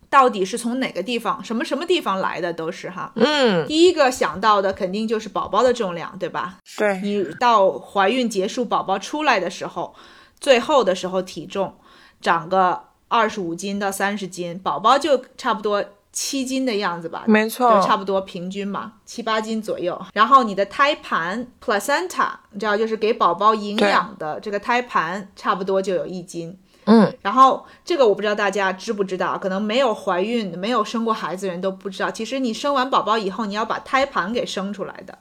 到底是从哪个地方，什么什么地方来的都是哈。嗯，第一个想到的肯定就是宝宝的重量，对吧？对，你到怀孕结束，宝宝出来的时候，最后的时候体重长个二十五斤到三十斤，宝宝就差不多七斤的样子吧，没就错，差不多平均嘛，七八斤左右。然后你的胎盘 placenta，你知道就是给宝宝营养的这个胎盘，差不多就有一斤。嗯，然后这个我不知道大家知不知道，可能没有怀孕、没有生过孩子的人都不知道，其实你生完宝宝以后，你要把胎盘给生出来的，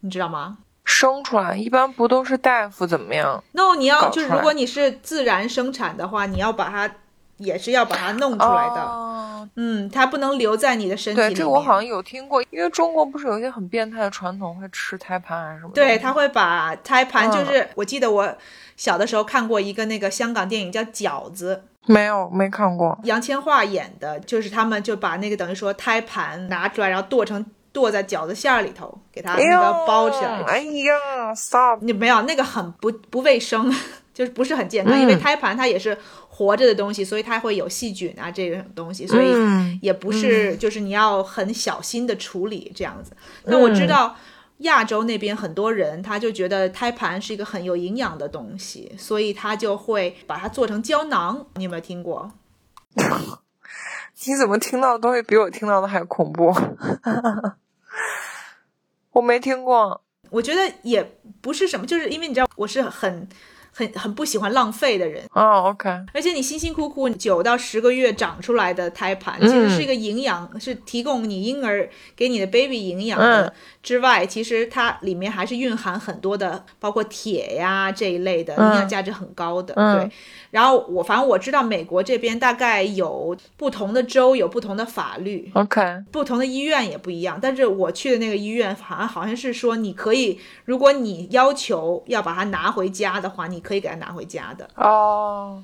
你知道吗？生出来一般不都是大夫怎么样？那、你搞要出来就是如果你是自然生产的话，你要把它也是要把它弄出来的，哦嗯，它不能留在你的身体里对，面。这个我好嗯像有听过，因为中国不是有一些很变态的传统，会吃胎盘还是什么东西？对，他会把胎盘，嗯就是、我记得我小的时候看过一个那个香港电影叫《饺子没有没看过》，，杨千嬅演的，就是他们就把那个等于说胎盘拿出来，然后剁成剁在饺子馅儿里头，给它哎那呀，个包起来。哎呀，stop！你没有那个很不不卫生， 就是不是很健康，因为嗯胎盘它也是活着的东西，所以它会有细菌啊这种东西，所以嗯嗯也不是就是你要很小心的处理这样子。那我知道亚洲那边很多人他就觉得胎盘是一个很有营养的东西，所以他就会把它做成胶囊。你有没有听过？你怎么听到的东西比我听到的还恐怖？ 我没听过，我觉得也不是什么，就是因为你知道我是很很很不喜欢浪费的人，哦，OK，而且你辛辛苦苦九到十个月长出来的胎盘，其实是一个营养，是提供你婴儿给你的 baby 营养的嗯之外，其实它里面还是蕴含很多的，包括铁呀这一类的嗯营养价值很高的。嗯对，然后我反正我知道美国这边大概有不同的州有不同的法律， ，OK，不同的医院也不一样，但是我去的那个医院好像好像是说，你可以，如果你要求要把它拿回家的话，你可以给它拿回家的。哦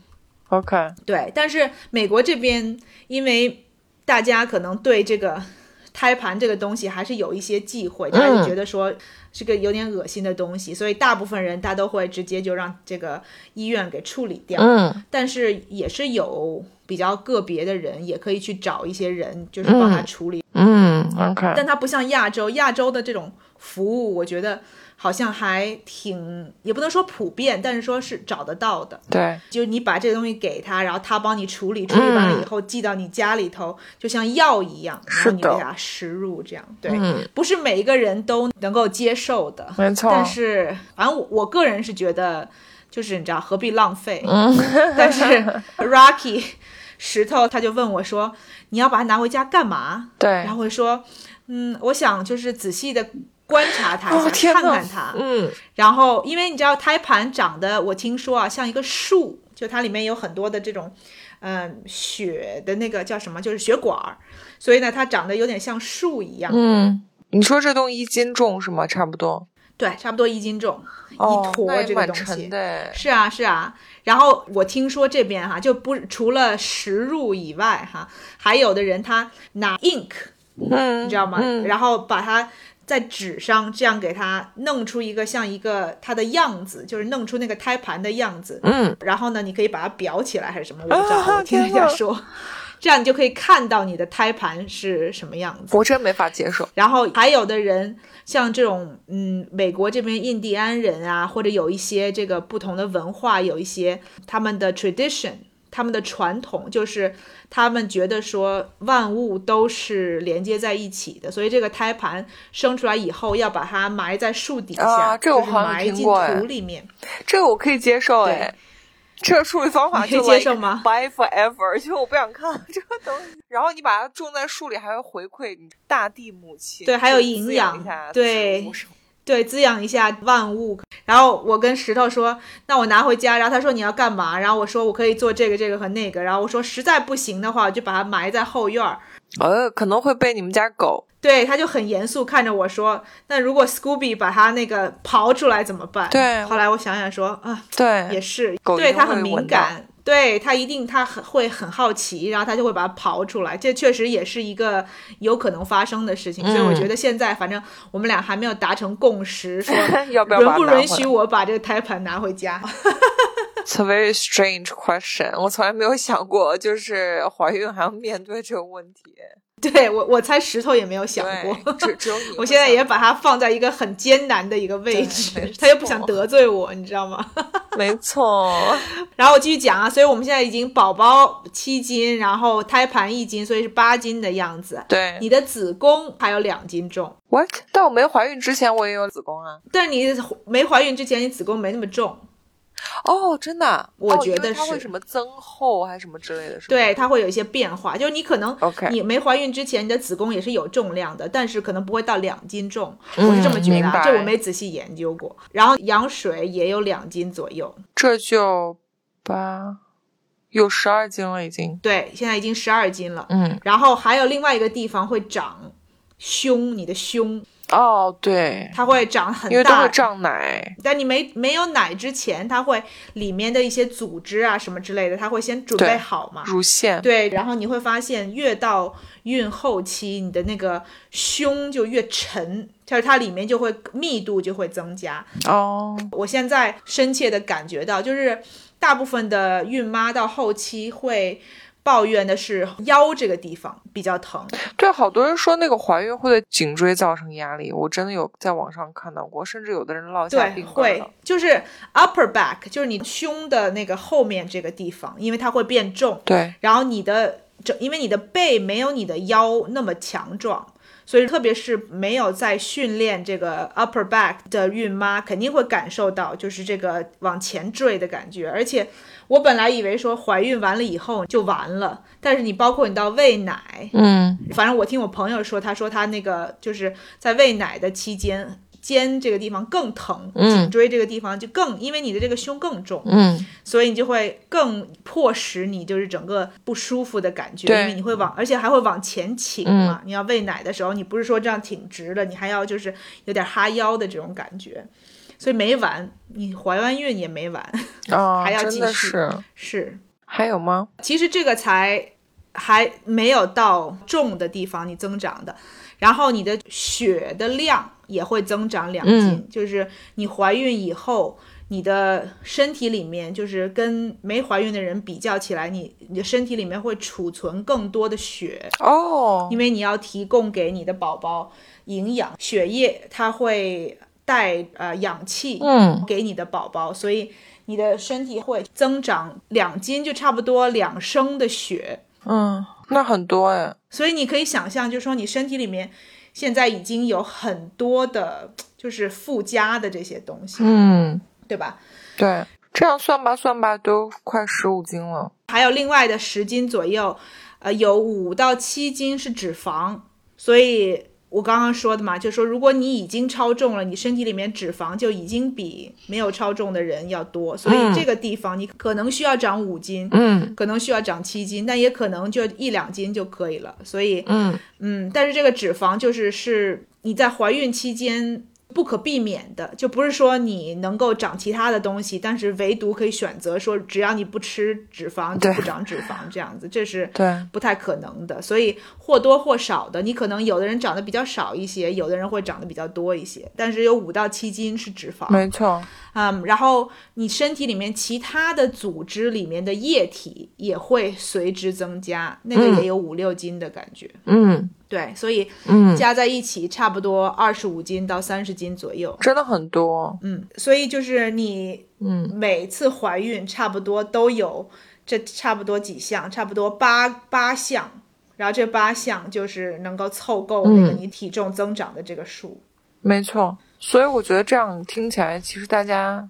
，OK，对，但是美国这边，因为大家可能对这个胎盘这个东西还是有一些忌讳，他就觉得说是个有点恶心的东西，所以大部分人他都会直接就让这个医院给处理掉。嗯但是也是有比较个别的人，也可以去找一些人，就是帮他处理。嗯，OK，但它不像亚洲，亚洲的这种服务，我觉得好像还挺，也不能说普遍，但是说是找得到的。对，就是你把这个东西给他，然后他帮你处理，处理完了以后寄到你家里头，就像药一样，然后你嗯是的给它食入，这样对，嗯，不是每一个人都能够接受的。没错，但是，反正我我个人是觉得，就是你知道何必浪费？嗯，但 是 Rocky 石头他就问我说：“你要把它拿回家干嘛？”对然，后我说：“嗯，我想就是仔细的观察它哦一下，天看呐看它。嗯，然后，因为你知道胎盘长得，我听说啊，像一个树，就它里面有很多的这种，嗯血的那个叫什么，就是血管儿，所以呢，它长得有点像树一样，嗯，你说这东西一斤重是吗？差不多，对，差不多一斤重，哦一，坨那也这个蛮东西沉的哎。是啊，是啊。然后我听说这边哈，就不除了食入以外哈，还有的人他拿 ink，嗯，你知道吗？嗯，然后把它在纸上这样给它弄出一个像一个它的样子，就是弄出那个胎盘的样子。嗯，然后呢，你可以把它裱起来还是什么，我不知道，啊我听人天家哪说， 这样你就可以看到你的胎盘是什么样子。我真没法接受。然后还有的人像这种，嗯，美国这边印第安人啊，或者有一些这个不同的文化，有一些他们的 tradition，他们的传统，就是他们觉得说万物都是连接在一起的，所以这个胎盘生出来以后要把它埋在树底下，啊这个我就是好像埋听进过哎土里面。这个我可以接受对哎，这个处理方法你可以就接 like 受吗 Buy forever，就 我不想看这个东西。然后你把它种在树里，还会回馈你大地母亲，对还有就滋营养养一下对植物什么对，滋养一下万物。然后我跟石头说，那我拿回家。然后他说你要干嘛？然后我说我可以做这个、这个和那个。然后我说实在不行的话，我就把它埋在后院儿。呃，可能会被你们家狗。对，他就很严肃看着我说，那如果 Scooby 把它那个刨出来怎么办？对后来我想想说，啊，也对，是，狗一对定它很会敏闻到感，对它一定它很会很好奇，然后它就会把它刨出来。这确实也是一个有可能发生的事情，所以我嗯觉得现在反正我们俩还没有达成共识，说 要不要允把它不拿允回许来我把这个胎盘拿回家？ ？It's a very strange question，我从来没有想过，就是怀孕还要面对这个问题。对我，我猜石头也没有想过。 对，只只有你会想。我现在也把它放在一个很艰难的一个位对置没，他又不想错得罪我，你知道吗？ 没错，然后我继续讲啊，所以我们现在已经宝宝七斤，然后胎盘一斤，所以是八斤的样子。对你的子宫还有两斤重， what？但我没怀孕之前，我也有子宫啊。但你没怀孕之前，你子宫没那么重，哦，真的啊，我哦觉因为得它会是什么增厚还是什么之类的，是吗？对，它会有一些变化。就是你可能 OK 你没怀孕之前，你的子宫也是有重量的，但是可能不会到两斤重，嗯我是这么觉得、明啊，白这我没仔细研究过。然后羊水也有两斤左右，这就八有十二斤了，已经。对，现在已经十二斤了。嗯，然后还有另外一个地方会长胸，你的胸哦，对，它会长很大，因为都会胀奶。在你没没有奶之前，它会里面的一些组织啊什么之类的，它会先准备啊对好嘛。乳腺，对，然后你会发现，越到孕后期，你的那个胸就越沉，就是它里面就会密度就会增加。哦，我现在深切的感觉到，就是大部分的孕妈到后期会抱怨的是腰这个地方比较疼。对，好多人说那个怀孕会对颈椎造成压力，我真的有在网上看到过，甚至有的人落下对，病根会了。就是 upper back，就是你胸的那个后面这个地方，因为它会变重，对，然后你的整，因为你的背没有你的腰那么强壮，所以特别是没有在训练这个 upper back 的孕妈，肯定会感受到就是这个往前坠的感觉。而且我本来以为说怀孕完了以后就完了，但是你包括你到喂奶，嗯，反正我听我朋友说，他说他那个就是在喂奶的期间。肩这个地方更疼，嗯颈椎这个地方就更，因为你的这个胸更重，嗯，所以你就会更迫使你就是整个不舒服的感觉，对因为你会往，而且还会往前倾嘛。你要喂奶的时候，你不是说这样挺直的，你还要就是有点哈腰的这种感觉，所以没完，你怀完孕也没完， 啊，还要真继的续是。是。还有吗？其实这个才还没有到重的地方，你增长的，然后你的血的量也会增长两斤，嗯就是你怀孕以后。你的身体里面就是跟没怀孕的人比较起来，你你的身体里面会储存更多的血，哦因，为你要提供给你的宝宝营养，血液它会带呃氧气，嗯，给你的宝宝，所以你的身体会增长两斤，就差不多两升的血。嗯，那很多哎。所以你可以想象，就是说你身体里面现在已经有很多的，就是附加的这些东西，嗯，对吧？对，这样算吧算吧，都快十五斤了。还有另外的十斤左右，呃，有五到七斤是脂肪，所以我刚刚说的嘛，就是说如果你已经超重了，你身体里面脂肪就已经比没有超重的人要多，所以嗯这个地方你可能需要长五斤，嗯可能需要长七斤，但也可能就一两斤就可以了。所以，嗯嗯，但是这个脂肪就是是你在怀孕期间不可避免的，就不是说你能够长其他的东西，但是唯独可以选择说，只要你不吃脂肪就对不长脂肪这样子，这是对不太可能的。所以或多或少的，你可能有的人长得比较少一些，有的人会长得比较多一些，但是有五到七斤是脂肪。没错嗯，然后你身体里面其他的组织里面的液体也会随之增加，那个也有五六斤的感觉。嗯对，所以嗯加在一起差不多二十五斤到三十斤左右。真的很多嗯，所以就是你嗯每次怀孕差不多都有这差不多几项，差不多八八项，然后这八项就是能够凑够那个嗯你体重增长的这个数。没错，所以我觉得这样听起来，其实大家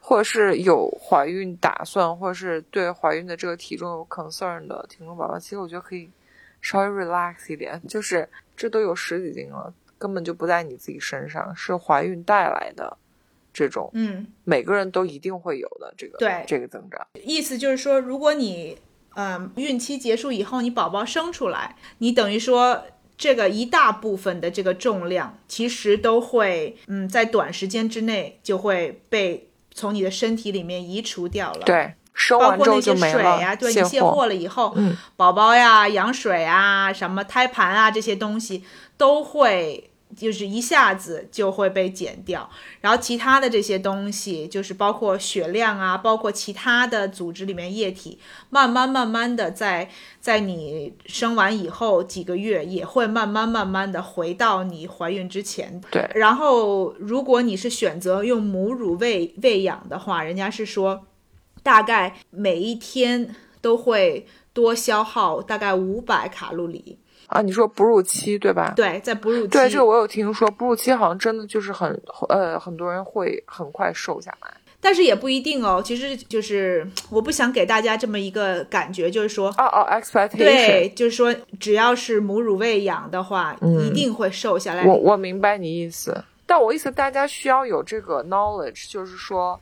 或者是有怀孕打算，或者是对怀孕的这个体重有 concern 的听众宝宝，其实我觉得可以稍微 relax 一点，就是这都有十几斤了，根本就不在你自己身上，是怀孕带来的这种，嗯，每个人都一定会有的这个对这个增长。意思就是说，如果你嗯孕期结束以后，你宝宝生出来，你等于说这个一大部分的这个重量，其实都会嗯在短时间之内就会被从你的身体里面移除掉了。。对，生包完括之那后些就水没了，呀、对你卸卸货了以后，嗯宝宝呀、羊水啊、什么胎盘啊这些东西都会就是一下子就会被减掉，然后其他的这些东西就是包括血量啊，包括其他的组织里面液体，慢慢慢慢的在在你生完以后几个月也会慢慢慢慢的回到你怀孕之前对然后，如果你是选择用母乳喂喂养的话，人家是说，大概每一天都会多消耗大概五百卡路里。啊，你说哺乳期对吧？对，在哺乳期，对，这个我有听说，哺乳期好像真的就是很呃，很多人会很快瘦下来但是也不一定哦。其实就是我不想给大家这么一个感觉，就是说。哦哦，expectation。对，就是说，只要是母乳喂养的话，嗯一定会瘦下来。我我明白你意思，但我意思大家需要有这个 knowledge，就是说，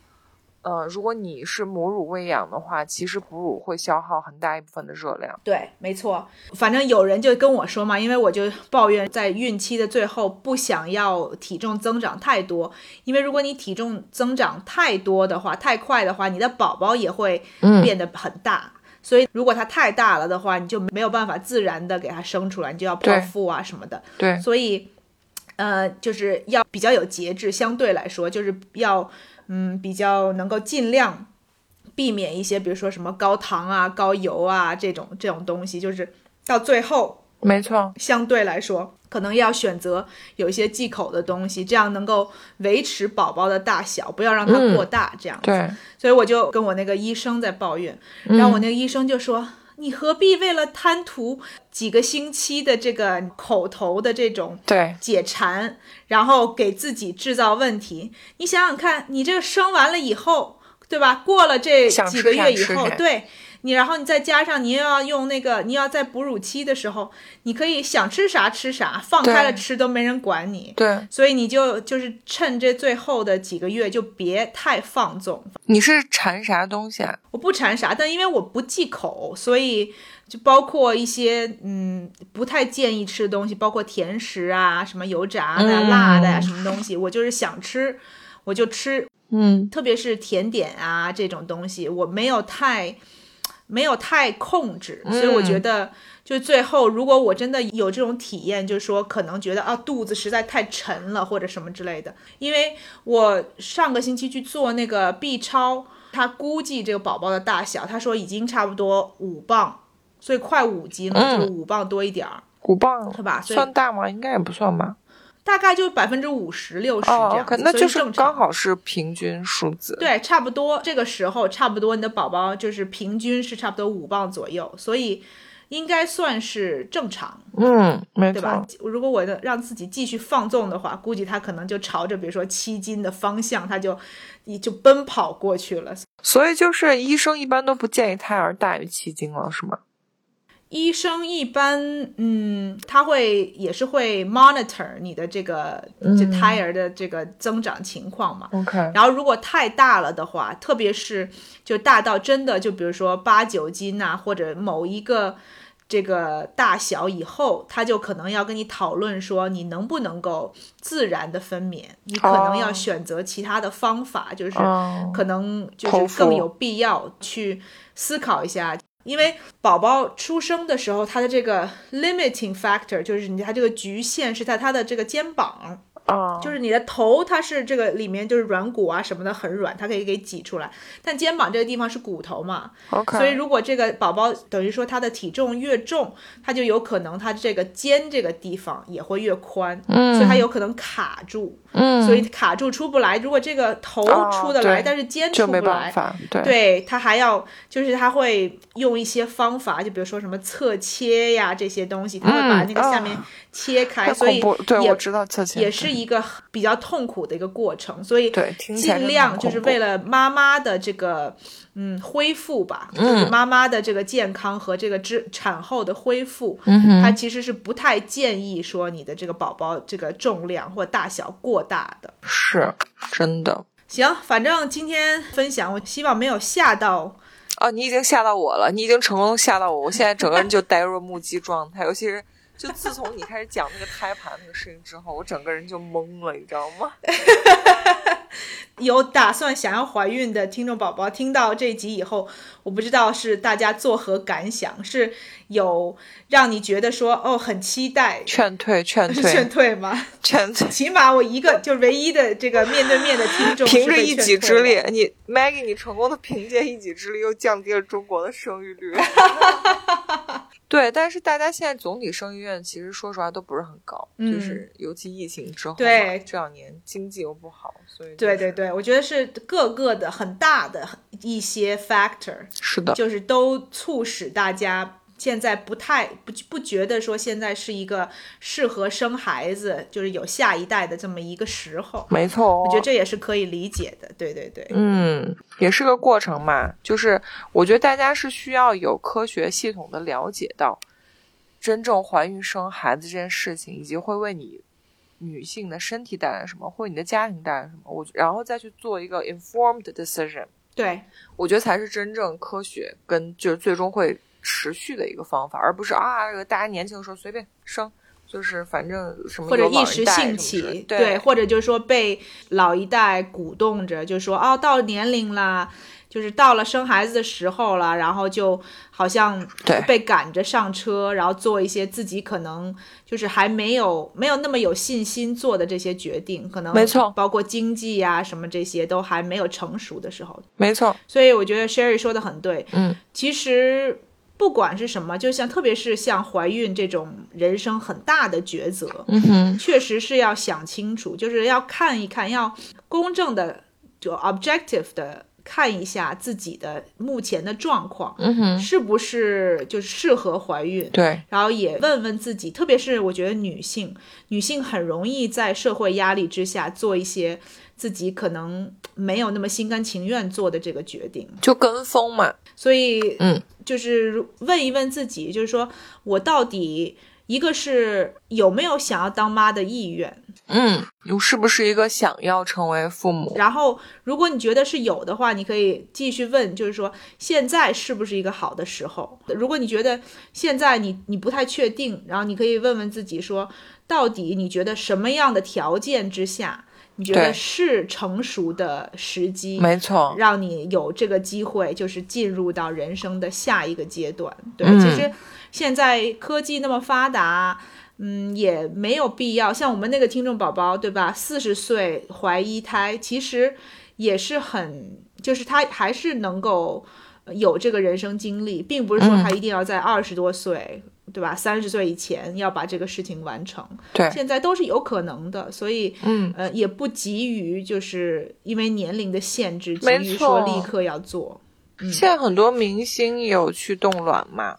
呃，如果你是母乳喂养的话，其实哺乳会消耗很大一部分的热量。对，没错。反正有人就跟我说嘛，因为我就抱怨在孕期的最后不想要体重增长太多，因为如果你体重增长太多的话，太快的话，你的宝宝也会嗯变得很大。所以，如果它太大了的话，你就没有办法自然的给它生出来，你就要对剖腹啊什么的。对，所以，呃，就是要比较有节制，相对来说，就是要嗯比较能够尽量避免一些，比如说什么高糖啊、高油啊这种这种东西，就是到最后没错，相对来说。可能要选择有一些忌口的东西，这样能够维持宝宝的大小，不要让它嗯过大。这样，对，所以我就跟我那个医生在抱怨，然后我那个医生就说：“你何必为了贪图几个星期的这个口头的这种对，解馋，然后给自己制造问题。你想想看，你这个生完了以后，对吧？过了这想几吃个啥月以吃后，啥对你，然后你再加上你又要用那个，你要在哺乳期的时候，你可以想吃啥吃啥，放开了对吃都没人管你。对，所以你就就是趁这最后的几个月就别太放纵，你是馋啥东西啊？我不馋啥，但因为我不忌口，所以就包括一些嗯不太建议吃的东西，包括甜食啊、什么油炸的、嗯辣的呀、什么东西，我就是想吃我就吃，嗯特别是甜点啊这种东西，我没有太没有太控制，嗯所以我觉得就最后如果我真的有这种体验，就是说可能觉得啊肚子实在太沉了或者什么之类的，因为我上个星期去做那个 B 超，他估计这个宝宝的大小，他说已经差不多五磅，所以快五斤了，嗯就是五磅多一点儿，五磅是吧？所以算大吗？应该也不算吧。大概就百分之五十六十这哦样子， ，OK，那所以就是正常刚好是平均数字。对，差不多这个时候，差不多你的宝宝就是平均是差不多五磅左右，所以应该算是正常，嗯，没对错。吧？如果我的让自己继续放纵的话，估计他可能就朝着比如说七斤的方向，他就你就奔跑过去了。所以就是医生一般都不建议胎儿大于七斤了，是吗？医生一般，嗯，他会也是会 monitor 你的这个这胎儿的这个增长情况嘛。 OK，然后如果太大了的话，特别是就大到真的就比如说八九斤呐、或者某一个这个大小以后，他就可能要跟你讨论说你能不能够自然的分娩，你可能要哦选择其他的方法，就是哦，可能就剖是腹更有必要去思考一下，因为宝宝出生的时候，他的这个 limiting factor 就是你他这个局限是在他的这个肩膀，哦，就是你的头它是这个里面就是软骨啊什么的很软，它可以给挤出来，但肩膀这个地方是骨头嘛， OK，所以如果这个宝宝等于说他的体重越重，他就有可能他这个肩这个地方也会越宽，嗯所以他有可能卡住，嗯，所以卡住出不来。如果这个头哦出得来，对但是肩出就不没办来，法，对对他还要就是他会用一些方法，就比如说什么侧切呀这些东西，他会把嗯那个下啊面切开，太所以恐怖，对也我知道侧切也是一个比较痛苦的一个过程，所以对听起来尽真的量很就是恐怖为了妈妈的这个嗯恢复吧，嗯就是妈妈的这个健康和这个之产后的恢复，嗯它其实是不太建议说你的这个宝宝这个重量或大小过大的。是真的行，反正今天分享，我希望没有吓到。哦，你已经吓到我了，你已经成功吓到我，我现在整个人就呆若木鸡状态，尤其是。就自从你开始讲那个胎盘那个事情之后，我整个人就懵了，你知道吗？有打算想要怀孕的听众宝宝，听到这集以后，我不知道是大家作何感想，是有让你觉得说哦很期待，劝退，劝劝退，退吗？ 劝退！起码我一个就唯一的这个面对面的听众， 凭着一己之，力，你 Maggie，你成功的凭借一己之力又降低了中国的生 育率。对，但是大家现在总体生育愿其实说实话都不是很高，嗯就是尤其疫情之后嘛，对这两年经济又不好，所以、对对，对，我觉得是各个的很大的一些 factor，是的，就是都促使大家现在不太不不觉得说现在是一个适合生孩子，就是有下一代的这么一个时候。没错、哦，我觉得这也是可以理解的，对对对，嗯，也是个过程嘛，就是我觉得大家是需要有科学系统的了解到，真正怀孕生孩子这件事情，以及会为你女性的身体带来什么，或你的家庭带来什么，我然后再去做一个 informed decision，对我觉得才是真正科学跟就是最终会持续的一个方法，而不是啊，这个大家年轻的时候随便生，就是反正什么或者有老一人时带兴什么之类起，的对，或者就是说被老一代鼓动着，就说哦，到年龄啦，就是到了生孩子的时候了，然后就好像对被赶着上车，然后做一些自己可能就是还没有没有那么有信心做的这些决定，可能没错包括经济呀、什么这些都还没有成熟的时候，没错，所以我觉得 Sherry 说的很对，嗯，其实。不管是什么，就像特别是像怀孕这种人生很大的抉择，嗯哼，确实是要想清楚，就是要看一看，要公正的就 objective 的看一下自己的目前的状况，嗯哼，是不是就是适合怀孕。对，然后也问问自己，特别是我觉得女性，女性很容易在社会压力之下做一些自己可能没有那么心甘情愿做的这个决定。就跟风嘛，所以，嗯，就是如问一问自己，就是说我到底一个是有没有想要当妈的意愿，嗯，你是不是一个想要成为父母？然后如果你觉得是有的话，你可以继续问，就是说现在是不是一个好的时候？如果你觉得现在你你不太确定，然后你可以问问自己说，到底你觉得什么样的条件之下，你觉对得是成熟的时机？没错，让你有这个机会，就是进入到人生的下一个阶段。对，嗯其实现在科技那么发达，嗯，也没有必要。像我们那个听众宝宝，对吧？四十岁怀一胎，其实也是很，就是他还是能够有这个人生经历，并不是嗯说他一定要在二十多岁。对吧？三十岁以前要把这个事情完成，对，现在都是有可能的，所以嗯，呃，也不急于就是因为年龄的限制，急没于错说立刻要做。现在很多明星也有去冻卵嘛，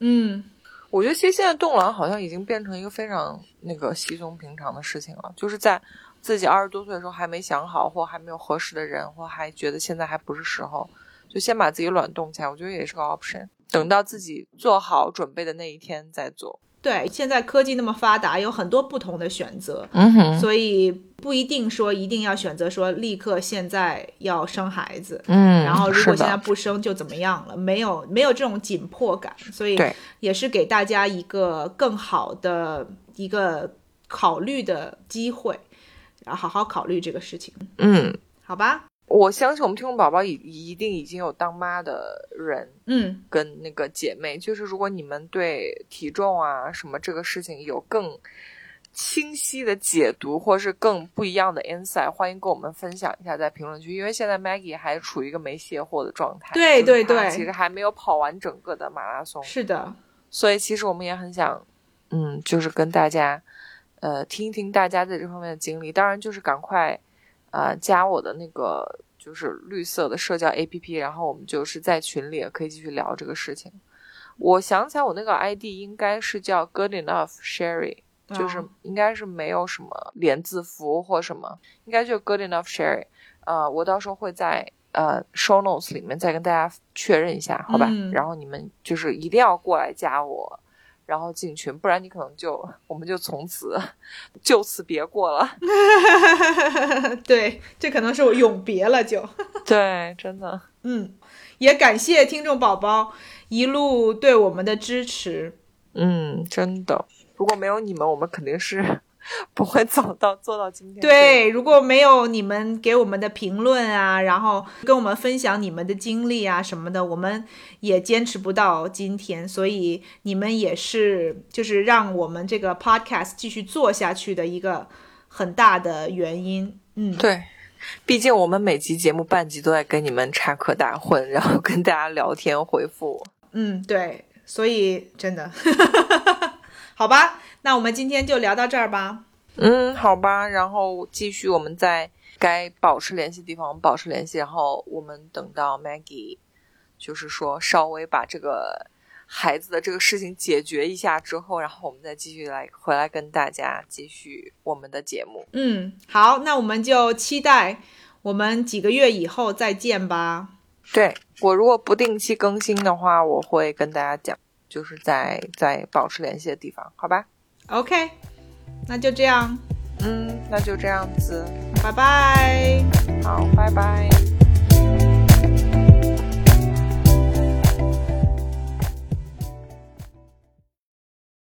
嗯，我觉得其实现在冻卵好像已经变成一个非常那个稀松平常的事情了，就是在自己二十多岁的时候还没想好，或还没有合适的人，或还觉得现在还不是时候，就先把自己卵冻起来，我觉得也是个 option。等到自己做好准备的那一天再做。对，现在科技那么发达，有很多不同的选择，嗯哼，所以不一定说一定要选择说立刻现在要生孩子，嗯，然后如果是现的在不生就怎么样了，没有没有这种紧迫感，所以对也是给大家一个更好的一个考虑的机会，然后好好考虑这个事情，嗯，好吧？我相信我们听众宝宝一一定已经有当妈的人嗯，跟那个姐妹，就是如果你们对体重啊什么这个事情有更清晰的解读，或是更不一样的 insight，欢迎跟我们分享一下在评论区，因为现在 Maggie 还处于一个没卸货的状态，对就对是她对其实还没有跑完整个的马拉松，是的，所以其实我们也很想，嗯，就是跟大家，呃，听一听大家在这方面的经历。当然，就是赶快，呃，加我的那个就是绿色的社交 APP，然后我们就是在群里也可以继续聊这个事情。我想起来，我那个 ID 应该是叫 Good Enough Sherry，就是嗯应该是没有什么连字符或什么，应该就是 Good Enough Sherry。呃，我到时候会在呃 show notes 里面再跟大家确认一下，好吧？嗯然后你们就是一定要过来加我，然后进群，不然你可能就我们就从此就此别过了。 对，这可能是我永别了就。对，真的，嗯，也感谢听众宝宝一路对我们的支持。嗯，真的，如果没有你们，我们肯定是 不会走到做到今天。，对，如果没有你们给我们的评论啊，然后跟我们分享你们的经历啊什么的，我们也坚持不到今天。所以你们也是，就是让我们这个 podcast 继续做下去的一个很大的原因。嗯，对，毕竟我们每集节目半集都在跟你们插科打诨， 然后跟大家聊天回复。嗯，对，所以真的， 好吧，那我们今天就聊到这儿吧。嗯，好吧，然后继续我们在该保持联系的地方我们保持联系，然后我们等到 Maggie，就是说稍微把这个孩子的这个事情解决一下之后，然后我们再继续来回来跟大家继续我们的节目。嗯，好，那我们就期待我们几个月以后再见吧。对我如果不定期更新的话，我会跟大家讲，就是在在保持联系的地方，好吧？ OK，那就这样，嗯，那就这样子，拜拜。好，拜拜。